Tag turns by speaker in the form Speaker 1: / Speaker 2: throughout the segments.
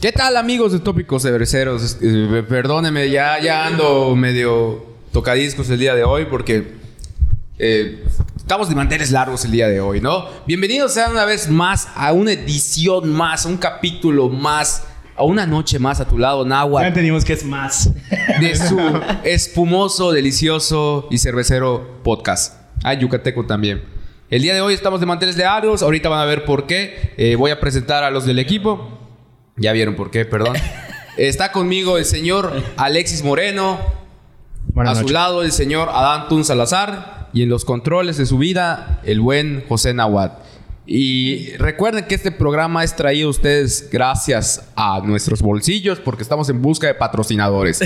Speaker 1: ¿Qué tal amigos de Tópicos Everceros? Eh, perdónenme, ya, ya ando medio tocadiscos el día de hoy porque eh, estamos de manteles largos el día de hoy, ¿no? Bienvenidos sean una vez más a una edición más, a un capítulo más, a una noche más a tu lado,
Speaker 2: Ya
Speaker 1: Nahuatl,
Speaker 2: entendimos que es más.
Speaker 1: de su espumoso, delicioso y cervecero podcast. Ah, yucateco también. El día de hoy estamos de manteles largos, ahorita van a ver por qué. Eh, voy a presentar a los del equipo. Ya vieron por qué, perdón. Está conmigo el señor Alexis Moreno, a su lado el señor Adán Tun Salazar y en los controles de su vida el buen José Nahuat. Y recuerden que este programa es traído a ustedes gracias a nuestros bolsillos porque estamos en busca de patrocinadores.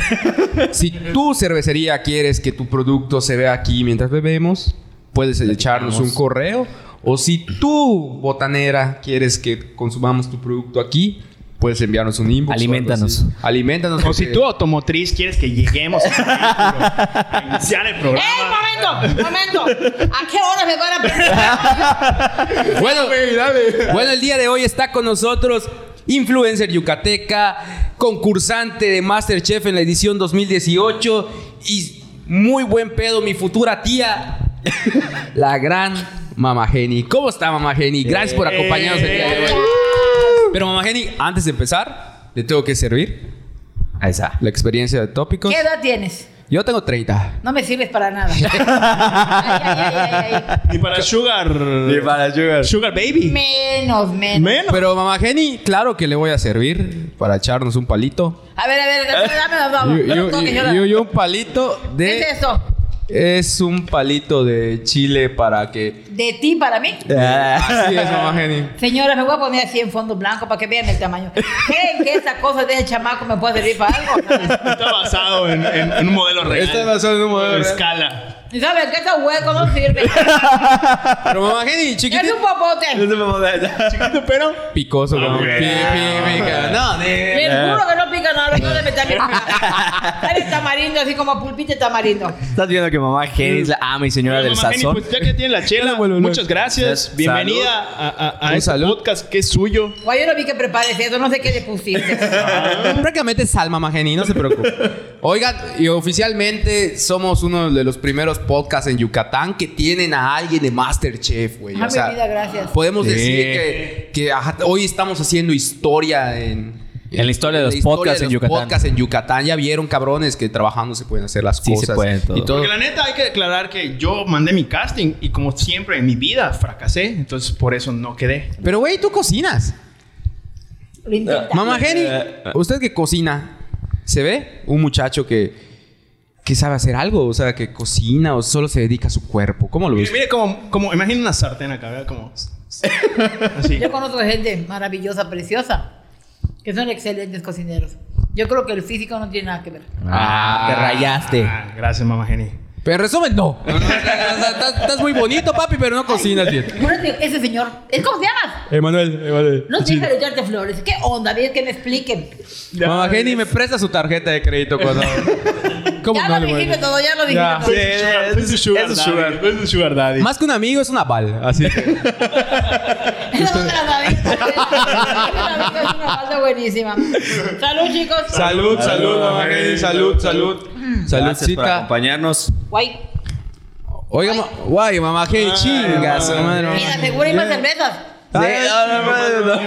Speaker 1: si tu cervecería quieres que tu producto se vea aquí mientras bebemos, puedes echarnos un correo. O si tú, botanera, quieres que consumamos tu producto aquí, puedes enviarnos un inbox. o algo
Speaker 3: Aliméntanos.
Speaker 1: así. Aliméntanos.
Speaker 2: O si
Speaker 1: porque-
Speaker 2: tú, automotriz, quieres que lleguemos a a iniciar el
Speaker 4: ¡Ey,
Speaker 2: programa.
Speaker 4: momento! ¡Momento! ¿A qué hora me van a presentar?
Speaker 1: Bueno, bueno, el día de hoy está con nosotros influencer yucateca, concursante de Masterchef en la edición 2018 y muy buen pedo mi futura tía, la gran Mama Jenny. ¿Cómo está Mama Jenny? Gracias por acompañarnos el día de hoy.
Speaker 4: Eh.
Speaker 1: Pero Mama Jenny, antes de empezar, le tengo que servir
Speaker 3: Ahí está.
Speaker 1: la experiencia de tópicos.
Speaker 4: ¿Qué edad tienes?
Speaker 1: Yo tengo 30.
Speaker 4: No me sirves para nada. Ay, ay, ay, ay, ay.
Speaker 2: Y para Sugar.
Speaker 3: para Sugar.
Speaker 2: Sugar Baby.
Speaker 4: Menos, menos.
Speaker 2: Menos.
Speaker 1: Pero Mama Jenny, claro que le voy a servir para echarnos un palito.
Speaker 4: A ver, a ver, dame los
Speaker 1: Y-
Speaker 4: vamos.
Speaker 1: y-
Speaker 4: No lo toques, yo la-
Speaker 1: y- y- y un palito de...
Speaker 4: ¿Qué es eso?
Speaker 1: Es un palito de chile para que.
Speaker 4: ¿De ti para mí?
Speaker 1: Así es, mamá Jenny.
Speaker 4: Señora, me voy a poner así en fondo blanco para que vean el tamaño. ¿Creen que esa cosa de ese chamaco me puede servir para algo?
Speaker 2: Está basado en, en- en un modelo real.
Speaker 1: Esta es la zona número
Speaker 2: de
Speaker 1: uno.
Speaker 2: escala.
Speaker 4: ¿Y saben que ese hueco no sirve?
Speaker 1: Pero mamá Jenny,
Speaker 4: Es
Speaker 1: chiquitito.
Speaker 4: un popote.
Speaker 2: Chiquito, pero.
Speaker 1: Picoso, como.
Speaker 2: Ah,
Speaker 1: Pi, pi, pica. No, de.
Speaker 4: Les juro que no pica nada, yo le metí a mi Dale tamarindo, así como pulpite tamarindo.
Speaker 3: Estás viendo que mamá Jenny es la
Speaker 1: Ah,
Speaker 3: ama y señora del
Speaker 2: Mamá Jenny,
Speaker 3: sazón.
Speaker 2: pues ya que tiene la chela, muchas gracias.
Speaker 3: Gracias.
Speaker 2: Bienvenida
Speaker 3: Salud.
Speaker 2: a, a, a
Speaker 1: Un
Speaker 2: este
Speaker 1: salud.
Speaker 2: podcast que es suyo.
Speaker 4: Guay, yo no vi que prepares eso, no sé qué le pusiste.
Speaker 1: Prácticamente es sal, mamá Jenny, no se preocupe. Oigan, y oficialmente somos uno de los primeros podcasts en Yucatán que tienen a alguien de Masterchef, güey.
Speaker 4: Ah,
Speaker 1: O sea,
Speaker 4: mi vida, gracias.
Speaker 1: podemos
Speaker 3: Sí.
Speaker 1: decir que, que, ajá, hoy estamos haciendo historia en.
Speaker 3: En la historia de los podcasts en
Speaker 1: los
Speaker 3: Yucatán.
Speaker 1: podcasts en Yucatán. Ya vieron, cabrones, que trabajando se pueden hacer las
Speaker 3: Sí, se
Speaker 1: cosas.
Speaker 3: pueden todo.
Speaker 1: Y todo.
Speaker 2: Porque la neta hay que declarar que yo mandé mi casting y como siempre en mi vida fracasé, entonces por eso no quedé.
Speaker 1: Pero, güey, tú cocinas.
Speaker 4: Lo intenta.
Speaker 1: Mamá Jenny,
Speaker 3: eh, eh.
Speaker 1: usted que cocina, ¿se ve un muchacho que, que sabe hacer algo? O sea, que cocina o solo se dedica a su cuerpo. ¿Cómo lo
Speaker 2: Mire,
Speaker 1: ves?
Speaker 2: mire como, como, imagina una sartén acá, ¿verdad? Como... Así.
Speaker 4: Yo conozco gente maravillosa, preciosa, que son excelentes cocineros. Yo creo que el físico no tiene nada que ver.
Speaker 3: Ah, te rayaste.
Speaker 2: Ah, gracias, mamá Jenny.
Speaker 1: Pero en resumen, no. No, no, o sea, estás, estás muy bonito, papi, pero no cocinas bien.
Speaker 4: Juro que ese señor, ¿es cómo se llama?
Speaker 1: Emanuel, Emanuel.
Speaker 4: No deja de echarte flores. ¿Qué onda? Bien que me expliquen.
Speaker 1: Mamá Jenny, me presta su tarjeta de crédito cuando... ¿Cómo
Speaker 4: ya
Speaker 1: no
Speaker 4: lo
Speaker 1: le voy a
Speaker 4: dijiste
Speaker 1: decir?
Speaker 4: todo, ya lo dijiste
Speaker 1: Ya.
Speaker 4: todo.
Speaker 3: Sí.
Speaker 2: Sugar,
Speaker 3: Eso es
Speaker 2: eso
Speaker 3: sugar
Speaker 2: es
Speaker 3: daddy.
Speaker 2: sugar, eso es sugar daddy.
Speaker 1: Más que un amigo, es un aval. Así que...
Speaker 4: Eso no me la sabía. Es una falta buenísima. Salud, chicos.
Speaker 1: Salud, salud, mamá Jenny. Salud, salud.
Speaker 3: Gracias por
Speaker 1: Saludcita.
Speaker 3: acompañarnos.
Speaker 4: Guay.
Speaker 1: Oiga, ma- guay, mamá Jenny, chingas, hermano.
Speaker 4: Mira, seguro hay más cervezas.
Speaker 3: Sí,
Speaker 5: Ah,
Speaker 3: no, no, no, no.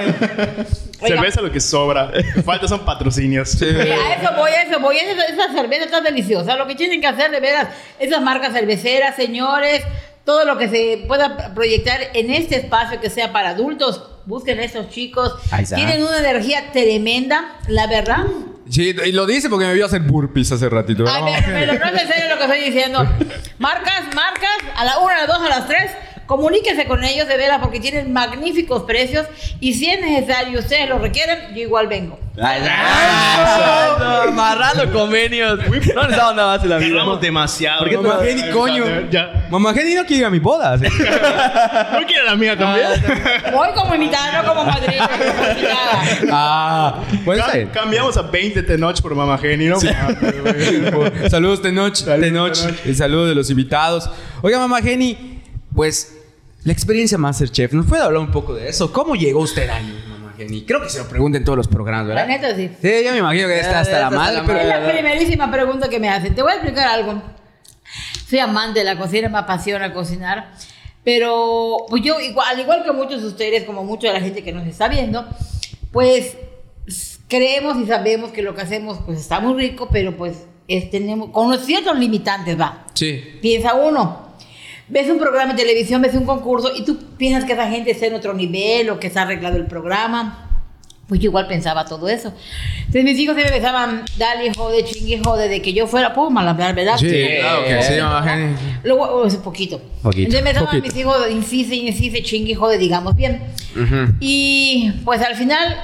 Speaker 4: Oiga.
Speaker 2: Cerveza lo que sobra. Falta son patrocinios.
Speaker 4: Mira, a eso voy, a eso voy. Esa, esa cerveza está deliciosa. Lo que tienen que hacer, de veras, esas marcas cerveceras, señores, todo lo que se pueda proyectar en este espacio que sea para adultos, busquen a esos chicos.
Speaker 3: Ahí está.
Speaker 4: Tienen una energía tremenda, la verdad.
Speaker 1: Sí, y lo dice porque me vio hacer burpees hace ratito. ¿verdad,
Speaker 4: Ay,
Speaker 1: mamá
Speaker 4: pero, pero no es en serio lo que estoy diciendo. Marcas, marcas, a la una, a las dos, a las tres. Comuníquense con ellos de veras porque tienen magníficos precios y si es necesario, ustedes lo requieren, yo igual vengo.
Speaker 3: Ay, ah, no, Amarrando convenios. No necesitamos nada más en la vida.
Speaker 2: Hablamos demasiado.
Speaker 3: ¿Por qué
Speaker 2: Mamá
Speaker 1: Mamá Jenny,
Speaker 2: Jenny,
Speaker 1: coño.
Speaker 2: Ya.
Speaker 1: Mamá Jenny no quiere ir a mi boda. ¿sí?
Speaker 2: ¿No quiere la mía también?
Speaker 4: Voy como invitada, no como madrina, como invitada.
Speaker 1: ah, bueno, está
Speaker 2: Ca-
Speaker 1: bien.
Speaker 2: Cambiamos a 20 Tenoch por Mamá Jenny, ¿no? Ah,
Speaker 1: Saludos, Tenoch.
Speaker 2: Saludos,
Speaker 1: Tenoch.
Speaker 2: Tenoch.
Speaker 1: El saludo de los invitados. Oiga, mamá Jenny, pues la experiencia Masterchef, ¿nos puede hablar un poco de eso? ¿Cómo llegó usted ahí, mamá imagen. Y creo que se lo pregunten todos los programas,
Speaker 4: La
Speaker 1: ¿verdad?
Speaker 4: neta sí.
Speaker 1: Sí, yo me imagino que ya está
Speaker 3: Ya,
Speaker 1: hasta
Speaker 3: ya
Speaker 1: la
Speaker 3: está hasta
Speaker 1: madre,
Speaker 3: la
Speaker 1: pero
Speaker 4: Es la
Speaker 3: ¿verdad?
Speaker 4: primerísima pregunta que me hacen. Te voy a explicar algo. Soy amante de la cocina, me apasiona cocinar. Pero pues yo, igual, al igual que muchos de ustedes, como mucha de la gente que nos está viendo, pues s- creemos y sabemos que lo que hacemos pues está muy rico, pero pues es- tenemos, con unos ciertos limitantes, va.
Speaker 1: sí.
Speaker 4: Piensa uno. Ves un programa de televisión, ves un concurso y tú piensas que esa gente está en otro nivel o que se ha arreglado el programa. Pues yo igual pensaba todo eso. Entonces mis hijos se me besaban, dale, jode, chingue, jode, de que yo fuera, puedo mal hablar, ¿verdad?
Speaker 1: Sí, claro que sí, imagen.
Speaker 4: Luego, oh, es poquito.
Speaker 1: Poquito.
Speaker 4: Entonces me besaban
Speaker 1: Poquito.
Speaker 4: mis hijos, insiste, insiste, chingue, jode, digamos bien.
Speaker 1: Ujú.
Speaker 4: Y pues al final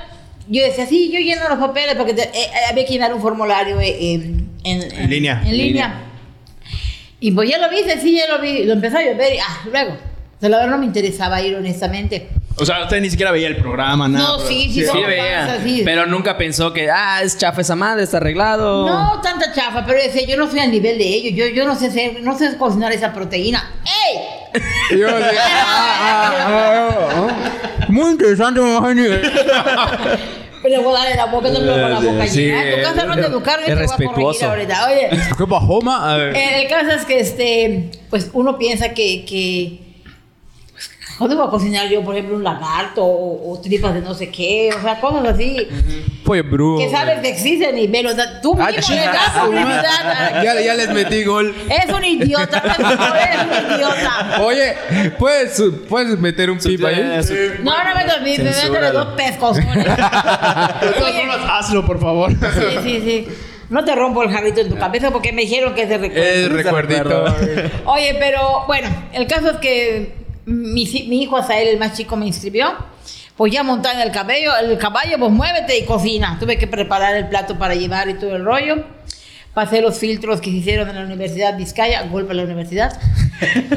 Speaker 4: yo decía, sí, yo lleno los papeles porque te- eh, había que llenar un formulario eh, en, en-
Speaker 2: En línea.
Speaker 4: En línea. Y pues ya lo vi, sí, ya lo vi, lo empecé a ver y ah, luego. O sea, la verdad no me interesaba ir honestamente.
Speaker 2: O sea, usted ni siquiera veía el programa, nada.
Speaker 4: No,
Speaker 2: pero-
Speaker 4: sí, sí,
Speaker 3: Sí,
Speaker 4: no,
Speaker 3: veía.
Speaker 4: pasa, sí.
Speaker 3: Pero nunca pensó que, ah, es chafa esa madre, está arreglado.
Speaker 4: No tanta chafa, pero decía, yo no soy al nivel de ellos, yo, yo no sé hacer- no sé cocinar esa proteína. ¡Ey!
Speaker 1: Y yo decía, ah, ah, ah, ah, ah. Muy interesante, imagen.
Speaker 4: Pero voy a darle la boca, no me voy a la boca
Speaker 1: Sí,
Speaker 4: llena. En tu casa no te educaron, yo
Speaker 3: es
Speaker 4: te voy a corregir
Speaker 3: respetuoso.
Speaker 4: ahorita. Oye,
Speaker 1: ¿Qué bajó, ma? A ver.
Speaker 4: Eh, El caso es que este, pues uno piensa que, que pues, ¿dónde voy a cocinar yo, por ejemplo, un lagarto o, o tripas de no sé qué? O sea, cosas así
Speaker 1: Pollo brujo.
Speaker 4: que sabes que existen y pero o sea, tú
Speaker 1: Ah,
Speaker 4: mismo le
Speaker 1: chinga.
Speaker 4: das publicidad. a-
Speaker 1: Ya, ya les metí gol.
Speaker 4: Es un idiota, no es un idiota.
Speaker 1: Oye, ¿puedes, puedes meter un pip ahí? Eh,
Speaker 3: Sí.
Speaker 4: No, no me dormí, me meten los
Speaker 1: Censúralo.
Speaker 4: dos pescozones.
Speaker 2: De todas
Speaker 4: Oye,
Speaker 2: formas, hazlo, por favor.
Speaker 4: Sí, sí, sí. No te rompo el jarrito en tu cabeza porque me dijeron que es de recuerdo.
Speaker 1: El recuerdito.
Speaker 4: Oye, pero bueno, el caso es que mi, hi- mi hijo Azael, el más chico, me inscribió. Pues ya montar en el cabello, el caballo, pues muévete y cocina. Tuve que preparar el plato para llevar y todo el rollo. Pasé los filtros que se hicieron en la Universidad Vizcaya, golpe a la universidad.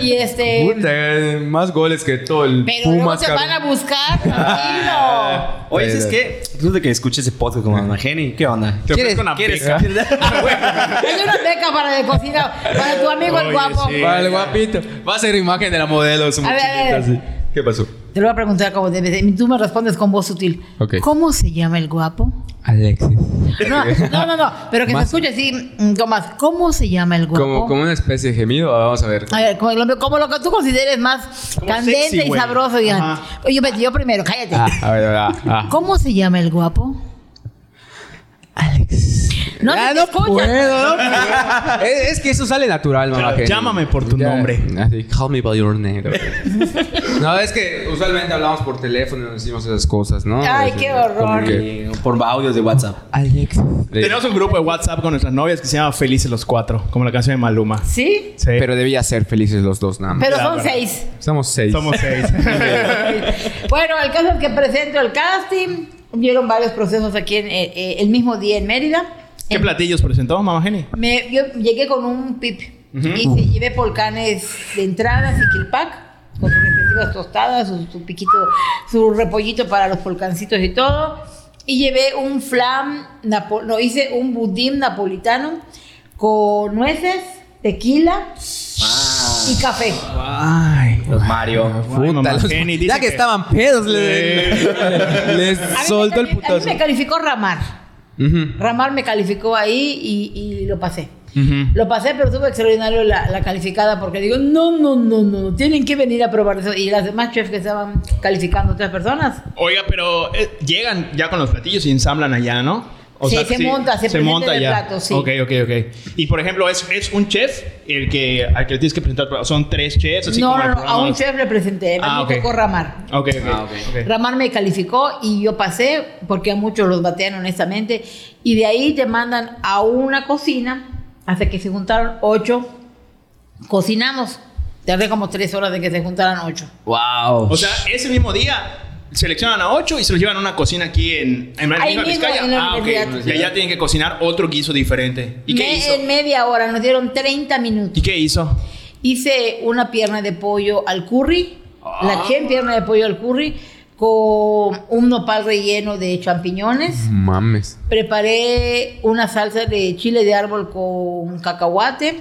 Speaker 4: Y este.
Speaker 1: Puta, eh, más goles que todo el
Speaker 4: pero luego
Speaker 1: Pumas.
Speaker 4: se van a
Speaker 1: cabrón.
Speaker 4: buscar, tranquilo.
Speaker 5: Oye, ¿sabes qué? Después de que escuché ese podcast con Ana Jenny, ¿qué onda?
Speaker 2: Te ofrezco una
Speaker 5: ¿Quieres?
Speaker 2: pizza.
Speaker 4: Hay una beca para de cocina, para tu amigo el
Speaker 2: Oye,
Speaker 4: guapo.
Speaker 2: sí.
Speaker 1: Para el guapito. Va a ser imagen de la modelo. su
Speaker 4: A ver,
Speaker 1: mochilita
Speaker 4: a ver.
Speaker 1: así. ¿Qué pasó?
Speaker 4: Te lo voy a preguntar como debe ser. Tú me respondes con voz sutil.
Speaker 1: Ok.
Speaker 4: ¿Cómo se llama el guapo?
Speaker 1: Alexis.
Speaker 4: No, no, no, no, pero que
Speaker 1: Más.
Speaker 4: se escuche así, mm, como más. ¿Cómo se llama el guapo?
Speaker 1: Como, como una especie de gemido. Ah, Vamos a ver.
Speaker 4: A ver, como lo, como lo que tú consideres más
Speaker 2: Como
Speaker 4: candente
Speaker 2: sexy,
Speaker 4: y
Speaker 2: güey.
Speaker 4: sabroso. digan.
Speaker 2: Ajá.
Speaker 4: Oye, vete, yo primero, cállate.
Speaker 1: Ah, a ver, a ver, ah.
Speaker 4: ¿Cómo se llama el guapo? Alex. No,
Speaker 1: Ah,
Speaker 4: se te
Speaker 1: no
Speaker 4: escucha.
Speaker 1: puedo, no puedo. es, es que eso sale natural, mamá.
Speaker 2: Claro,
Speaker 1: que-
Speaker 2: llámame por tu nombre.
Speaker 1: Así, call me by your name. no, es que usualmente hablamos por teléfono y nos decimos esas cosas, ¿no?
Speaker 4: Ay,
Speaker 1: Es-
Speaker 4: qué
Speaker 1: como
Speaker 4: horror.
Speaker 1: que-
Speaker 5: Por audios de WhatsApp.
Speaker 1: Alex. Eh,
Speaker 2: Tenemos un grupo de WhatsApp con nuestras novias que se llama Felices los Cuatro, como la canción de Maluma.
Speaker 4: ¿Sí?
Speaker 2: Sí.
Speaker 1: Pero debía ser felices los dos, nada más.
Speaker 4: Pero
Speaker 2: Ya,
Speaker 4: son
Speaker 2: para.
Speaker 4: seis.
Speaker 1: Somos seis.
Speaker 2: somos seis.
Speaker 4: Bueno, el caso es que presento el casting. Hubieron varios procesos aquí en, eh, eh, el mismo día en Mérida.
Speaker 2: ¿Qué
Speaker 4: En-
Speaker 2: platillos presentó, mamá Jenny?
Speaker 4: Me, yo llegué con un pip y se llevé polcanes de entrada, Siquilpac, con sus respectivas tostadas, su, su piquito, su repollito para los polcancitos y todo. Y llevé un flam, napo- no, hice un budín napolitano con nueces, tequila y café.
Speaker 2: Ay.
Speaker 5: Los Mario.
Speaker 2: Ay, mamá
Speaker 1: Puta, los-
Speaker 2: Jenny, dice
Speaker 1: ya que,
Speaker 2: que-
Speaker 1: estaban pedos, le-
Speaker 2: Sí.
Speaker 1: les
Speaker 4: A mí me
Speaker 1: soltó el
Speaker 4: cali- a mí
Speaker 1: putazo.
Speaker 4: me calificó Ramar.
Speaker 1: Ujú.
Speaker 4: Ramar me calificó ahí y, y lo pasé.
Speaker 2: Ujú.
Speaker 4: Lo pasé, pero tuvo extraordinario la, la calificada porque digo, no, no, no, no, tienen que venir a probar eso. Y las demás chefs que estaban calificando otras personas.
Speaker 2: Oiga, pero eh, llegan ya con los platillos y ensamblan allá, ¿no?
Speaker 4: Sí, se monta, se presenta en el plato, sí.
Speaker 2: Ok, ok, ok. Y por ejemplo, ¿es, es un chef el que, al que le tienes que presentar? Son tres chefs, así
Speaker 4: no,
Speaker 2: como el
Speaker 4: no, no,
Speaker 2: programa
Speaker 4: a un
Speaker 2: los-
Speaker 4: chef le presenté, me
Speaker 2: Ah, ok.
Speaker 4: tocó Ramar.
Speaker 2: Ok, ok.
Speaker 5: Ah, ok.
Speaker 2: ok.
Speaker 4: Ramar me calificó y yo pasé porque a muchos los batean honestamente. Y de ahí te mandan a una cocina hasta que se juntaron ocho. Cocinamos. Tardé como tres horas de que se juntaran ocho.
Speaker 3: Wow.
Speaker 2: O sea, ese mismo día seleccionan a ocho y se los llevan a una cocina aquí en, en
Speaker 4: Ahí
Speaker 2: Vizcaya.
Speaker 4: mismo, en la
Speaker 2: ah, ok.
Speaker 4: universidad.
Speaker 2: Y allá tienen que cocinar otro guiso diferente. ¿Y qué
Speaker 4: Me-
Speaker 2: hizo?
Speaker 4: En media hora, nos dieron 30 minutos.
Speaker 2: ¿Y qué hizo?
Speaker 4: Hice una pierna de pollo al curry,
Speaker 2: Ah.
Speaker 4: la chen pierna de pollo al curry, con un nopal relleno de champiñones.
Speaker 1: Mames.
Speaker 4: Preparé una salsa de chile de árbol con cacahuate.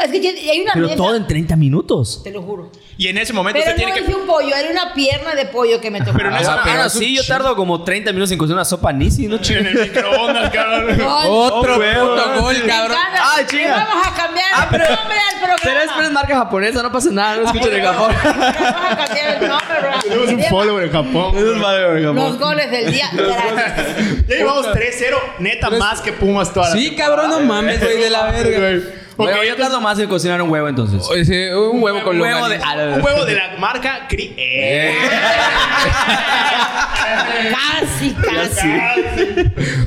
Speaker 4: Es que tiene- hay una
Speaker 3: Pero
Speaker 4: mesa,
Speaker 3: todo en 30 minutos.
Speaker 4: te lo juro.
Speaker 2: Y en ese momento
Speaker 4: Pero
Speaker 2: usted
Speaker 4: no
Speaker 2: tiene
Speaker 4: hice
Speaker 2: que.
Speaker 4: un pollo, era una pierna de pollo que me tocó.
Speaker 2: Pero no es
Speaker 1: Ajá,
Speaker 2: una-
Speaker 1: pero
Speaker 5: Ah,
Speaker 1: es un
Speaker 5: sí, yo
Speaker 1: chingo.
Speaker 5: tardo como 30 minutos en cocinar una sopa nisi, ¿no?
Speaker 2: En el microondas, cabrón.
Speaker 4: Ay,
Speaker 3: Otro
Speaker 5: huevo.
Speaker 3: puto gol,
Speaker 4: me
Speaker 3: Oh, cabrón.
Speaker 4: encanta.
Speaker 3: Ah, chinga.
Speaker 4: Vamos a cambiar
Speaker 3: Ah, pero-
Speaker 4: el nombre al programa.
Speaker 3: Pero es pero es marca japonesa, no pasa nada, no escucho de Japón.
Speaker 4: Vamos a cambiar el nombre, bro.
Speaker 2: Tenemos un
Speaker 4: Tema,
Speaker 2: follower en Japón.
Speaker 4: Los goles del día. Gracias.
Speaker 2: Ya llevamos 3-0, neta, más que Pumas toda la
Speaker 1: Sí, cabrón, no mames, güey, de la verga.
Speaker 2: Ok,
Speaker 5: Bueno, yo tardo más en cocinar un huevo entonces.
Speaker 1: O sea, un huevo con
Speaker 5: Un huevo de...
Speaker 1: longaniza.
Speaker 5: ah, la-
Speaker 2: Un huevo de la marca Cri. Eh.
Speaker 1: Este
Speaker 4: Casi, casi.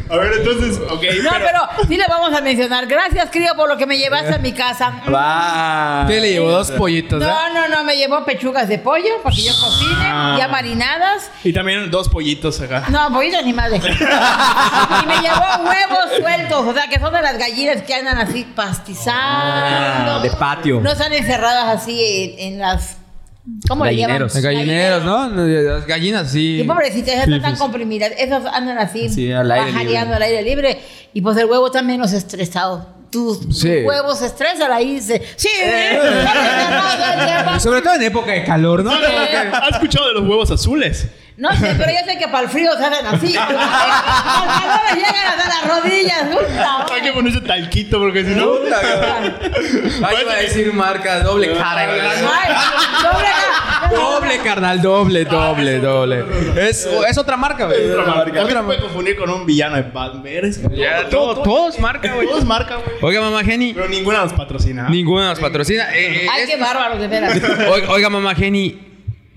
Speaker 2: A ver, entonces, ok.
Speaker 4: No, pero sí le vamos a mencionar. Gracias, crío, por lo que me llevaste a mi casa.
Speaker 5: Va.
Speaker 1: ¿Qué le llevó? Dos pollitos, ¿eh?
Speaker 4: No, no, no, me llevó pechugas de pollo para que yo
Speaker 5: Ah.
Speaker 4: cocine, ya marinadas.
Speaker 2: Y también dos pollitos acá.
Speaker 4: No, pollitos ni madre. y me llevó huevos sueltos, o sea, que son de las gallinas que andan así pastizando.
Speaker 5: Ah, de patio.
Speaker 4: No están encerradas así en, en las... ¿Cómo le llaman?
Speaker 5: Gallineros.
Speaker 1: Gallineros, ¿no? Las gallinas, sí.
Speaker 4: Y pobrecitas, esas
Speaker 1: Sí,
Speaker 4: están tan
Speaker 1: pues.
Speaker 4: comprimidas. Esas andan así,
Speaker 5: Sí, al aire
Speaker 4: pajareando
Speaker 5: libre.
Speaker 4: al aire libre. Y pues el huevo está menos estresado. Tus
Speaker 1: Sí. Eh.
Speaker 4: huevos se estresan ahí. Se... Sí,
Speaker 1: Y Sobre todo en época de calor, ¿no?
Speaker 2: ¿Has escuchado de los huevos azules?
Speaker 4: No sé, pero yo sé que para el frío se hacen así. Al calor les llegan hasta las rodillas.
Speaker 1: Ah.
Speaker 4: puta
Speaker 2: Hay que ponerse talquito porque si no.
Speaker 1: Ay, iba a decir marca, doble cara.
Speaker 4: madre. Ay, doble cara.
Speaker 1: Doble, carnal, doble, doble, doble. Es, es otra marca, güey.
Speaker 2: También se puede confundir con un villano de Batman.
Speaker 1: Ya, todo- todos marca, güey.
Speaker 2: Todos marca, güey.
Speaker 1: Oiga, mamá Jenny,
Speaker 2: Pero ninguna nos patrocina.
Speaker 1: ninguna nos patrocina. Eh, eh,
Speaker 4: Ay,
Speaker 1: es-
Speaker 4: qué bárbaro, de veras.
Speaker 1: Oiga, oiga, mamá Jenny,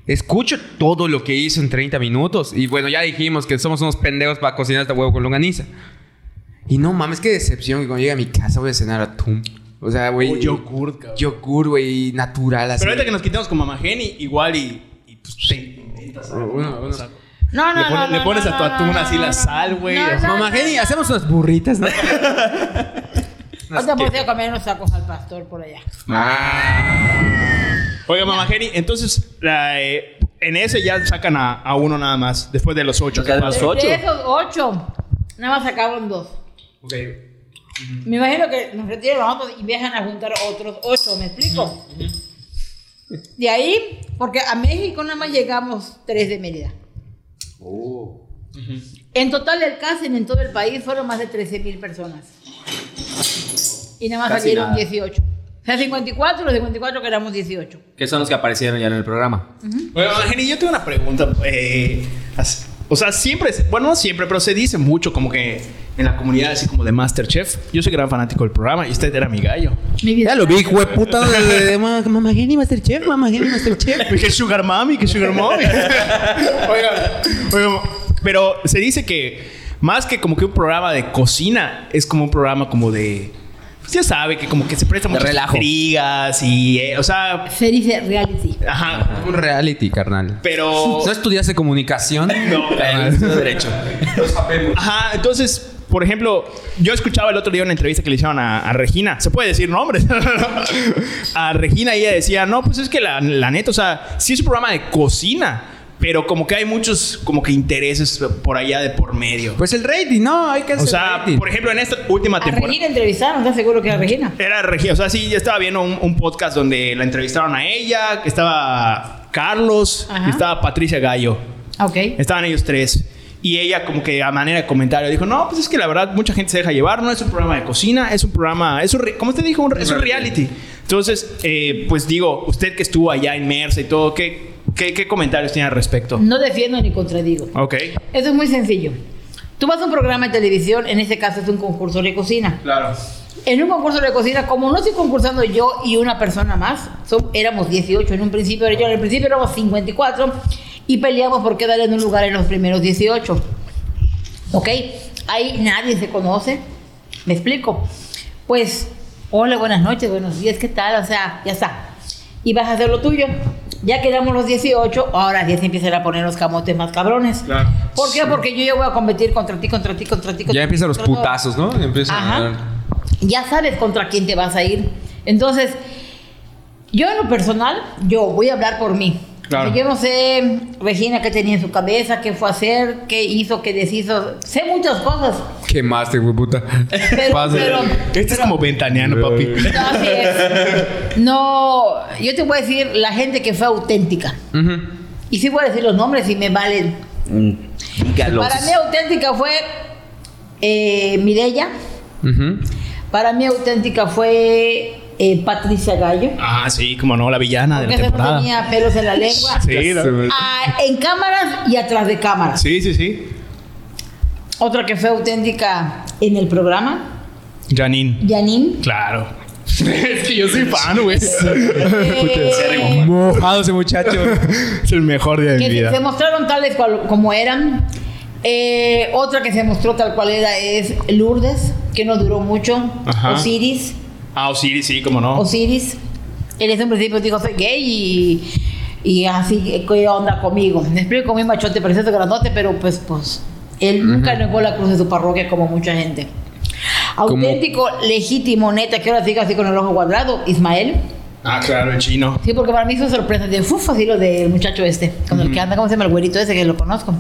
Speaker 1: escucho todo lo que hizo en 30 minutos. Y bueno, ya dijimos que somos unos pendejos para cocinar este huevo con longaniza. Y no mames, qué decepción que cuando llegue a mi casa voy a cenar atún. O sea, güey.
Speaker 2: O yogurt, cabrón.
Speaker 1: Yogurt, güey, natural. Así.
Speaker 2: Pero ahorita que nos quitemos con Mamá Jenny, igual y. y, pues, te inventas algo,
Speaker 1: Uno,
Speaker 2: ¿no?
Speaker 1: uno.
Speaker 2: O sea,
Speaker 4: No, no,
Speaker 2: Le pone-
Speaker 4: no,
Speaker 2: le
Speaker 4: no,
Speaker 2: pones
Speaker 4: no,
Speaker 2: a tu
Speaker 4: no,
Speaker 2: atún
Speaker 4: no,
Speaker 2: así
Speaker 4: no,
Speaker 2: la
Speaker 4: no.
Speaker 2: sal, güey.
Speaker 4: No, no,
Speaker 1: Mamá
Speaker 4: no,
Speaker 1: Jenny,
Speaker 4: no.
Speaker 1: hacemos unas burritas, ¿no?
Speaker 4: Ahorita vamos a ir a comer unos tacos al pastor por allá.
Speaker 2: Oiga, Mamá Jenny, entonces la, eh, en ese ya sacan a, a uno nada más, después de los ocho.
Speaker 5: O sea,
Speaker 2: ¿qué
Speaker 5: de
Speaker 2: pasa?
Speaker 5: los
Speaker 4: De-
Speaker 5: ocho.
Speaker 4: De esos ocho, nada más sacaron dos. Me imagino que nos retiran los otros y viajan a juntar otros ocho, ¿me explico? De ahí, porque a México nada más llegamos tres de Mérida. En total el casting en todo el país fueron más de 13 mil personas. Y nada más
Speaker 5: Casi
Speaker 4: salieron
Speaker 5: nada.
Speaker 4: 18. O sea, 54, los 54 que éramos 18.
Speaker 5: Que son los que aparecieron ya en el programa.
Speaker 2: Bueno, Jenny, yo tengo una pregunta. eh, as- o sea, siempre, se- bueno, no siempre, pero se dice mucho como que en la comunidad así como de Masterchef. Yo soy gran fanático del programa y usted era mi gallo.
Speaker 4: Mi vida.
Speaker 1: lo vi, güey, puta. Mamá Jenny, Masterchef, mamá Jenny, Masterchef.
Speaker 2: que Sugar Mommy, que Sugar Mommy. oiga, oiga, pero se dice que más que como que un programa de cocina, es como un programa como de... Pues ya sabe que como que se presta
Speaker 5: De
Speaker 2: muchas
Speaker 5: relajo.
Speaker 2: intrigas y... eh, o sea...
Speaker 4: Se dice reality.
Speaker 2: Ajá.
Speaker 1: Un reality, carnal.
Speaker 2: Pero...
Speaker 1: ¿No estudiaste comunicación?
Speaker 2: No, eh,
Speaker 1: Ah,
Speaker 5: El derecho.
Speaker 2: Ajá, entonces, por ejemplo, yo escuchaba el otro día una entrevista que le hicieron a, a Regina. Se puede decir nombres. a Regina ella decía, no, pues es que la, la neta, o sea, sí es un programa de cocina, pero como que hay muchos como que intereses por allá de por medio.
Speaker 1: Pues el rating, no, hay que hacer
Speaker 2: O sea,
Speaker 1: rating.
Speaker 2: por ejemplo, en esta última
Speaker 4: A
Speaker 2: temporada...
Speaker 4: Regina entrevistaron, ¿estás seguro que era Regina?
Speaker 2: Era Regina, o sea, sí, yo estaba viendo un, un podcast donde la entrevistaron a ella, que estaba Carlos,
Speaker 4: Ajá.
Speaker 2: y estaba Patricia Gallo.
Speaker 4: Ok.
Speaker 2: Estaban ellos tres. Y ella como que a manera de comentario dijo, no, pues es que la verdad mucha gente se deja llevar, no es un programa de cocina, es un programa, es un, re- ¿cómo te dijo? Un re- es un reality. Entonces, eh, pues digo, usted que estuvo allá inmersa y todo, ¿qué, qué, qué comentarios tiene al respecto?
Speaker 4: No defiendo ni contradigo.
Speaker 2: Ok.
Speaker 4: Eso es muy sencillo. Tú vas a un programa de televisión, en este caso es un concurso de cocina.
Speaker 2: Claro.
Speaker 4: En un concurso de cocina, como no estoy concursando yo y una persona más, son- éramos 18 en un principio, yo en el principio éramos 54 y peleamos por quedar en un lugar en los primeros 18. ¿Ok? Ahí nadie se conoce. ¿Me explico? Pues, hola, buenas noches, buenos días, ¿qué tal? O sea, ya está. Y vas a hacer lo tuyo. Ya quedamos los 18, ahora ya se empiezan a poner los camotes más cabrones.
Speaker 2: Claro.
Speaker 4: ¿Por qué? Porque yo ya voy a competir contra ti, contra ti, contra ti. contra
Speaker 1: Ya empiezan los
Speaker 4: contra todos.
Speaker 1: putazos, ¿no? Empiezan
Speaker 4: Ajá. Ya sabes contra quién te vas a ir. Entonces, yo en lo personal, yo voy a hablar por mí.
Speaker 2: Claro.
Speaker 4: O sea, Yo no sé, Regina, qué tenía en su cabeza, qué fue a hacer, qué hizo, qué deshizo. Sé muchas cosas.
Speaker 1: Quemaste, güey, puta.
Speaker 4: Pero-
Speaker 1: Pasa.
Speaker 4: pero-
Speaker 2: Este es como ventaneando, papi.
Speaker 4: No, así es. No, yo te voy a decir la gente que fue auténtica.
Speaker 1: Ujú.
Speaker 4: Y sí voy a decir los nombres y me valen.
Speaker 5: Mm, Dígalos.
Speaker 4: Para mí auténtica fue eh, Mireya.
Speaker 1: Ujú.
Speaker 4: Para mí auténtica fue eh, Patricia Gallo.
Speaker 2: Ah, sí, como no, la villana de
Speaker 4: Porque
Speaker 2: la
Speaker 4: esa no
Speaker 2: temporada.
Speaker 4: tenía pelos en la lengua.
Speaker 2: Sí,
Speaker 1: Ya
Speaker 2: la-
Speaker 1: se me-
Speaker 4: Ah, en cámaras y atrás de cámaras.
Speaker 2: sí, sí, sí.
Speaker 4: Otra que fue auténtica en el programa,
Speaker 2: Janine.
Speaker 4: Janine.
Speaker 2: Claro. es que yo soy fan, güey.
Speaker 4: Eh,
Speaker 1: Mojado ese muchacho.
Speaker 2: es el mejor día de mi
Speaker 4: que se, se
Speaker 2: vida.
Speaker 4: mostraron tales cual- como eran. Eh, otra que se mostró tal cual era es Lourdes, que no duró mucho.
Speaker 2: Ajá.
Speaker 4: Osiris.
Speaker 2: Ah, Osiris, sí, como no.
Speaker 4: Osiris. Él desde un principio dijo, soy gay y, y así, ¿qué onda conmigo? Me explico, muy machote, precioso, grandote, pero pues, pues, él nunca negó la cruz de su parroquia como mucha gente.
Speaker 1: Como-
Speaker 4: Auténtico, legítimo, neta, que ahora siga así con el ojo cuadrado, Ismael.
Speaker 2: Ah, claro, el chino.
Speaker 4: Sí, porque para mí fue sorpresa. De uf, así lo del muchacho este, con el que anda, ¿cómo se llama el güerito ese que lo conozco?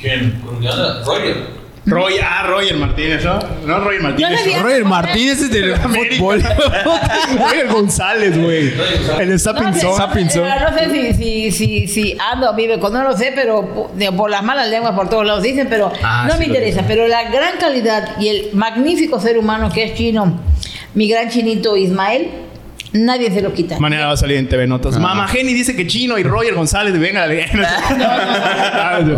Speaker 6: ¿Quién? ¿Con quién anda? Roger.
Speaker 2: Roy, ah, Roger Martínez, ¿no? No, Roger
Speaker 4: Yo
Speaker 2: Martínez.
Speaker 4: le vi-
Speaker 1: Roger Martínez es del fútbol.
Speaker 2: Roger González, güey. El Sapping
Speaker 4: sé,
Speaker 2: Zone.
Speaker 4: eh, no sé si, si, si, si ando o vive con, no lo sé, pero po- de- por las malas lenguas por todos lados dicen, pero
Speaker 2: Ah,
Speaker 4: no
Speaker 2: sí
Speaker 4: me
Speaker 2: lo
Speaker 4: interesa. Pero la gran calidad y el magnífico ser humano que es chino, mi gran chinito Ismael, nadie se lo quita.
Speaker 2: Mañana va a salir en TV Notas. Mamá Jenny dice que Chino y Roger González, venga, venga.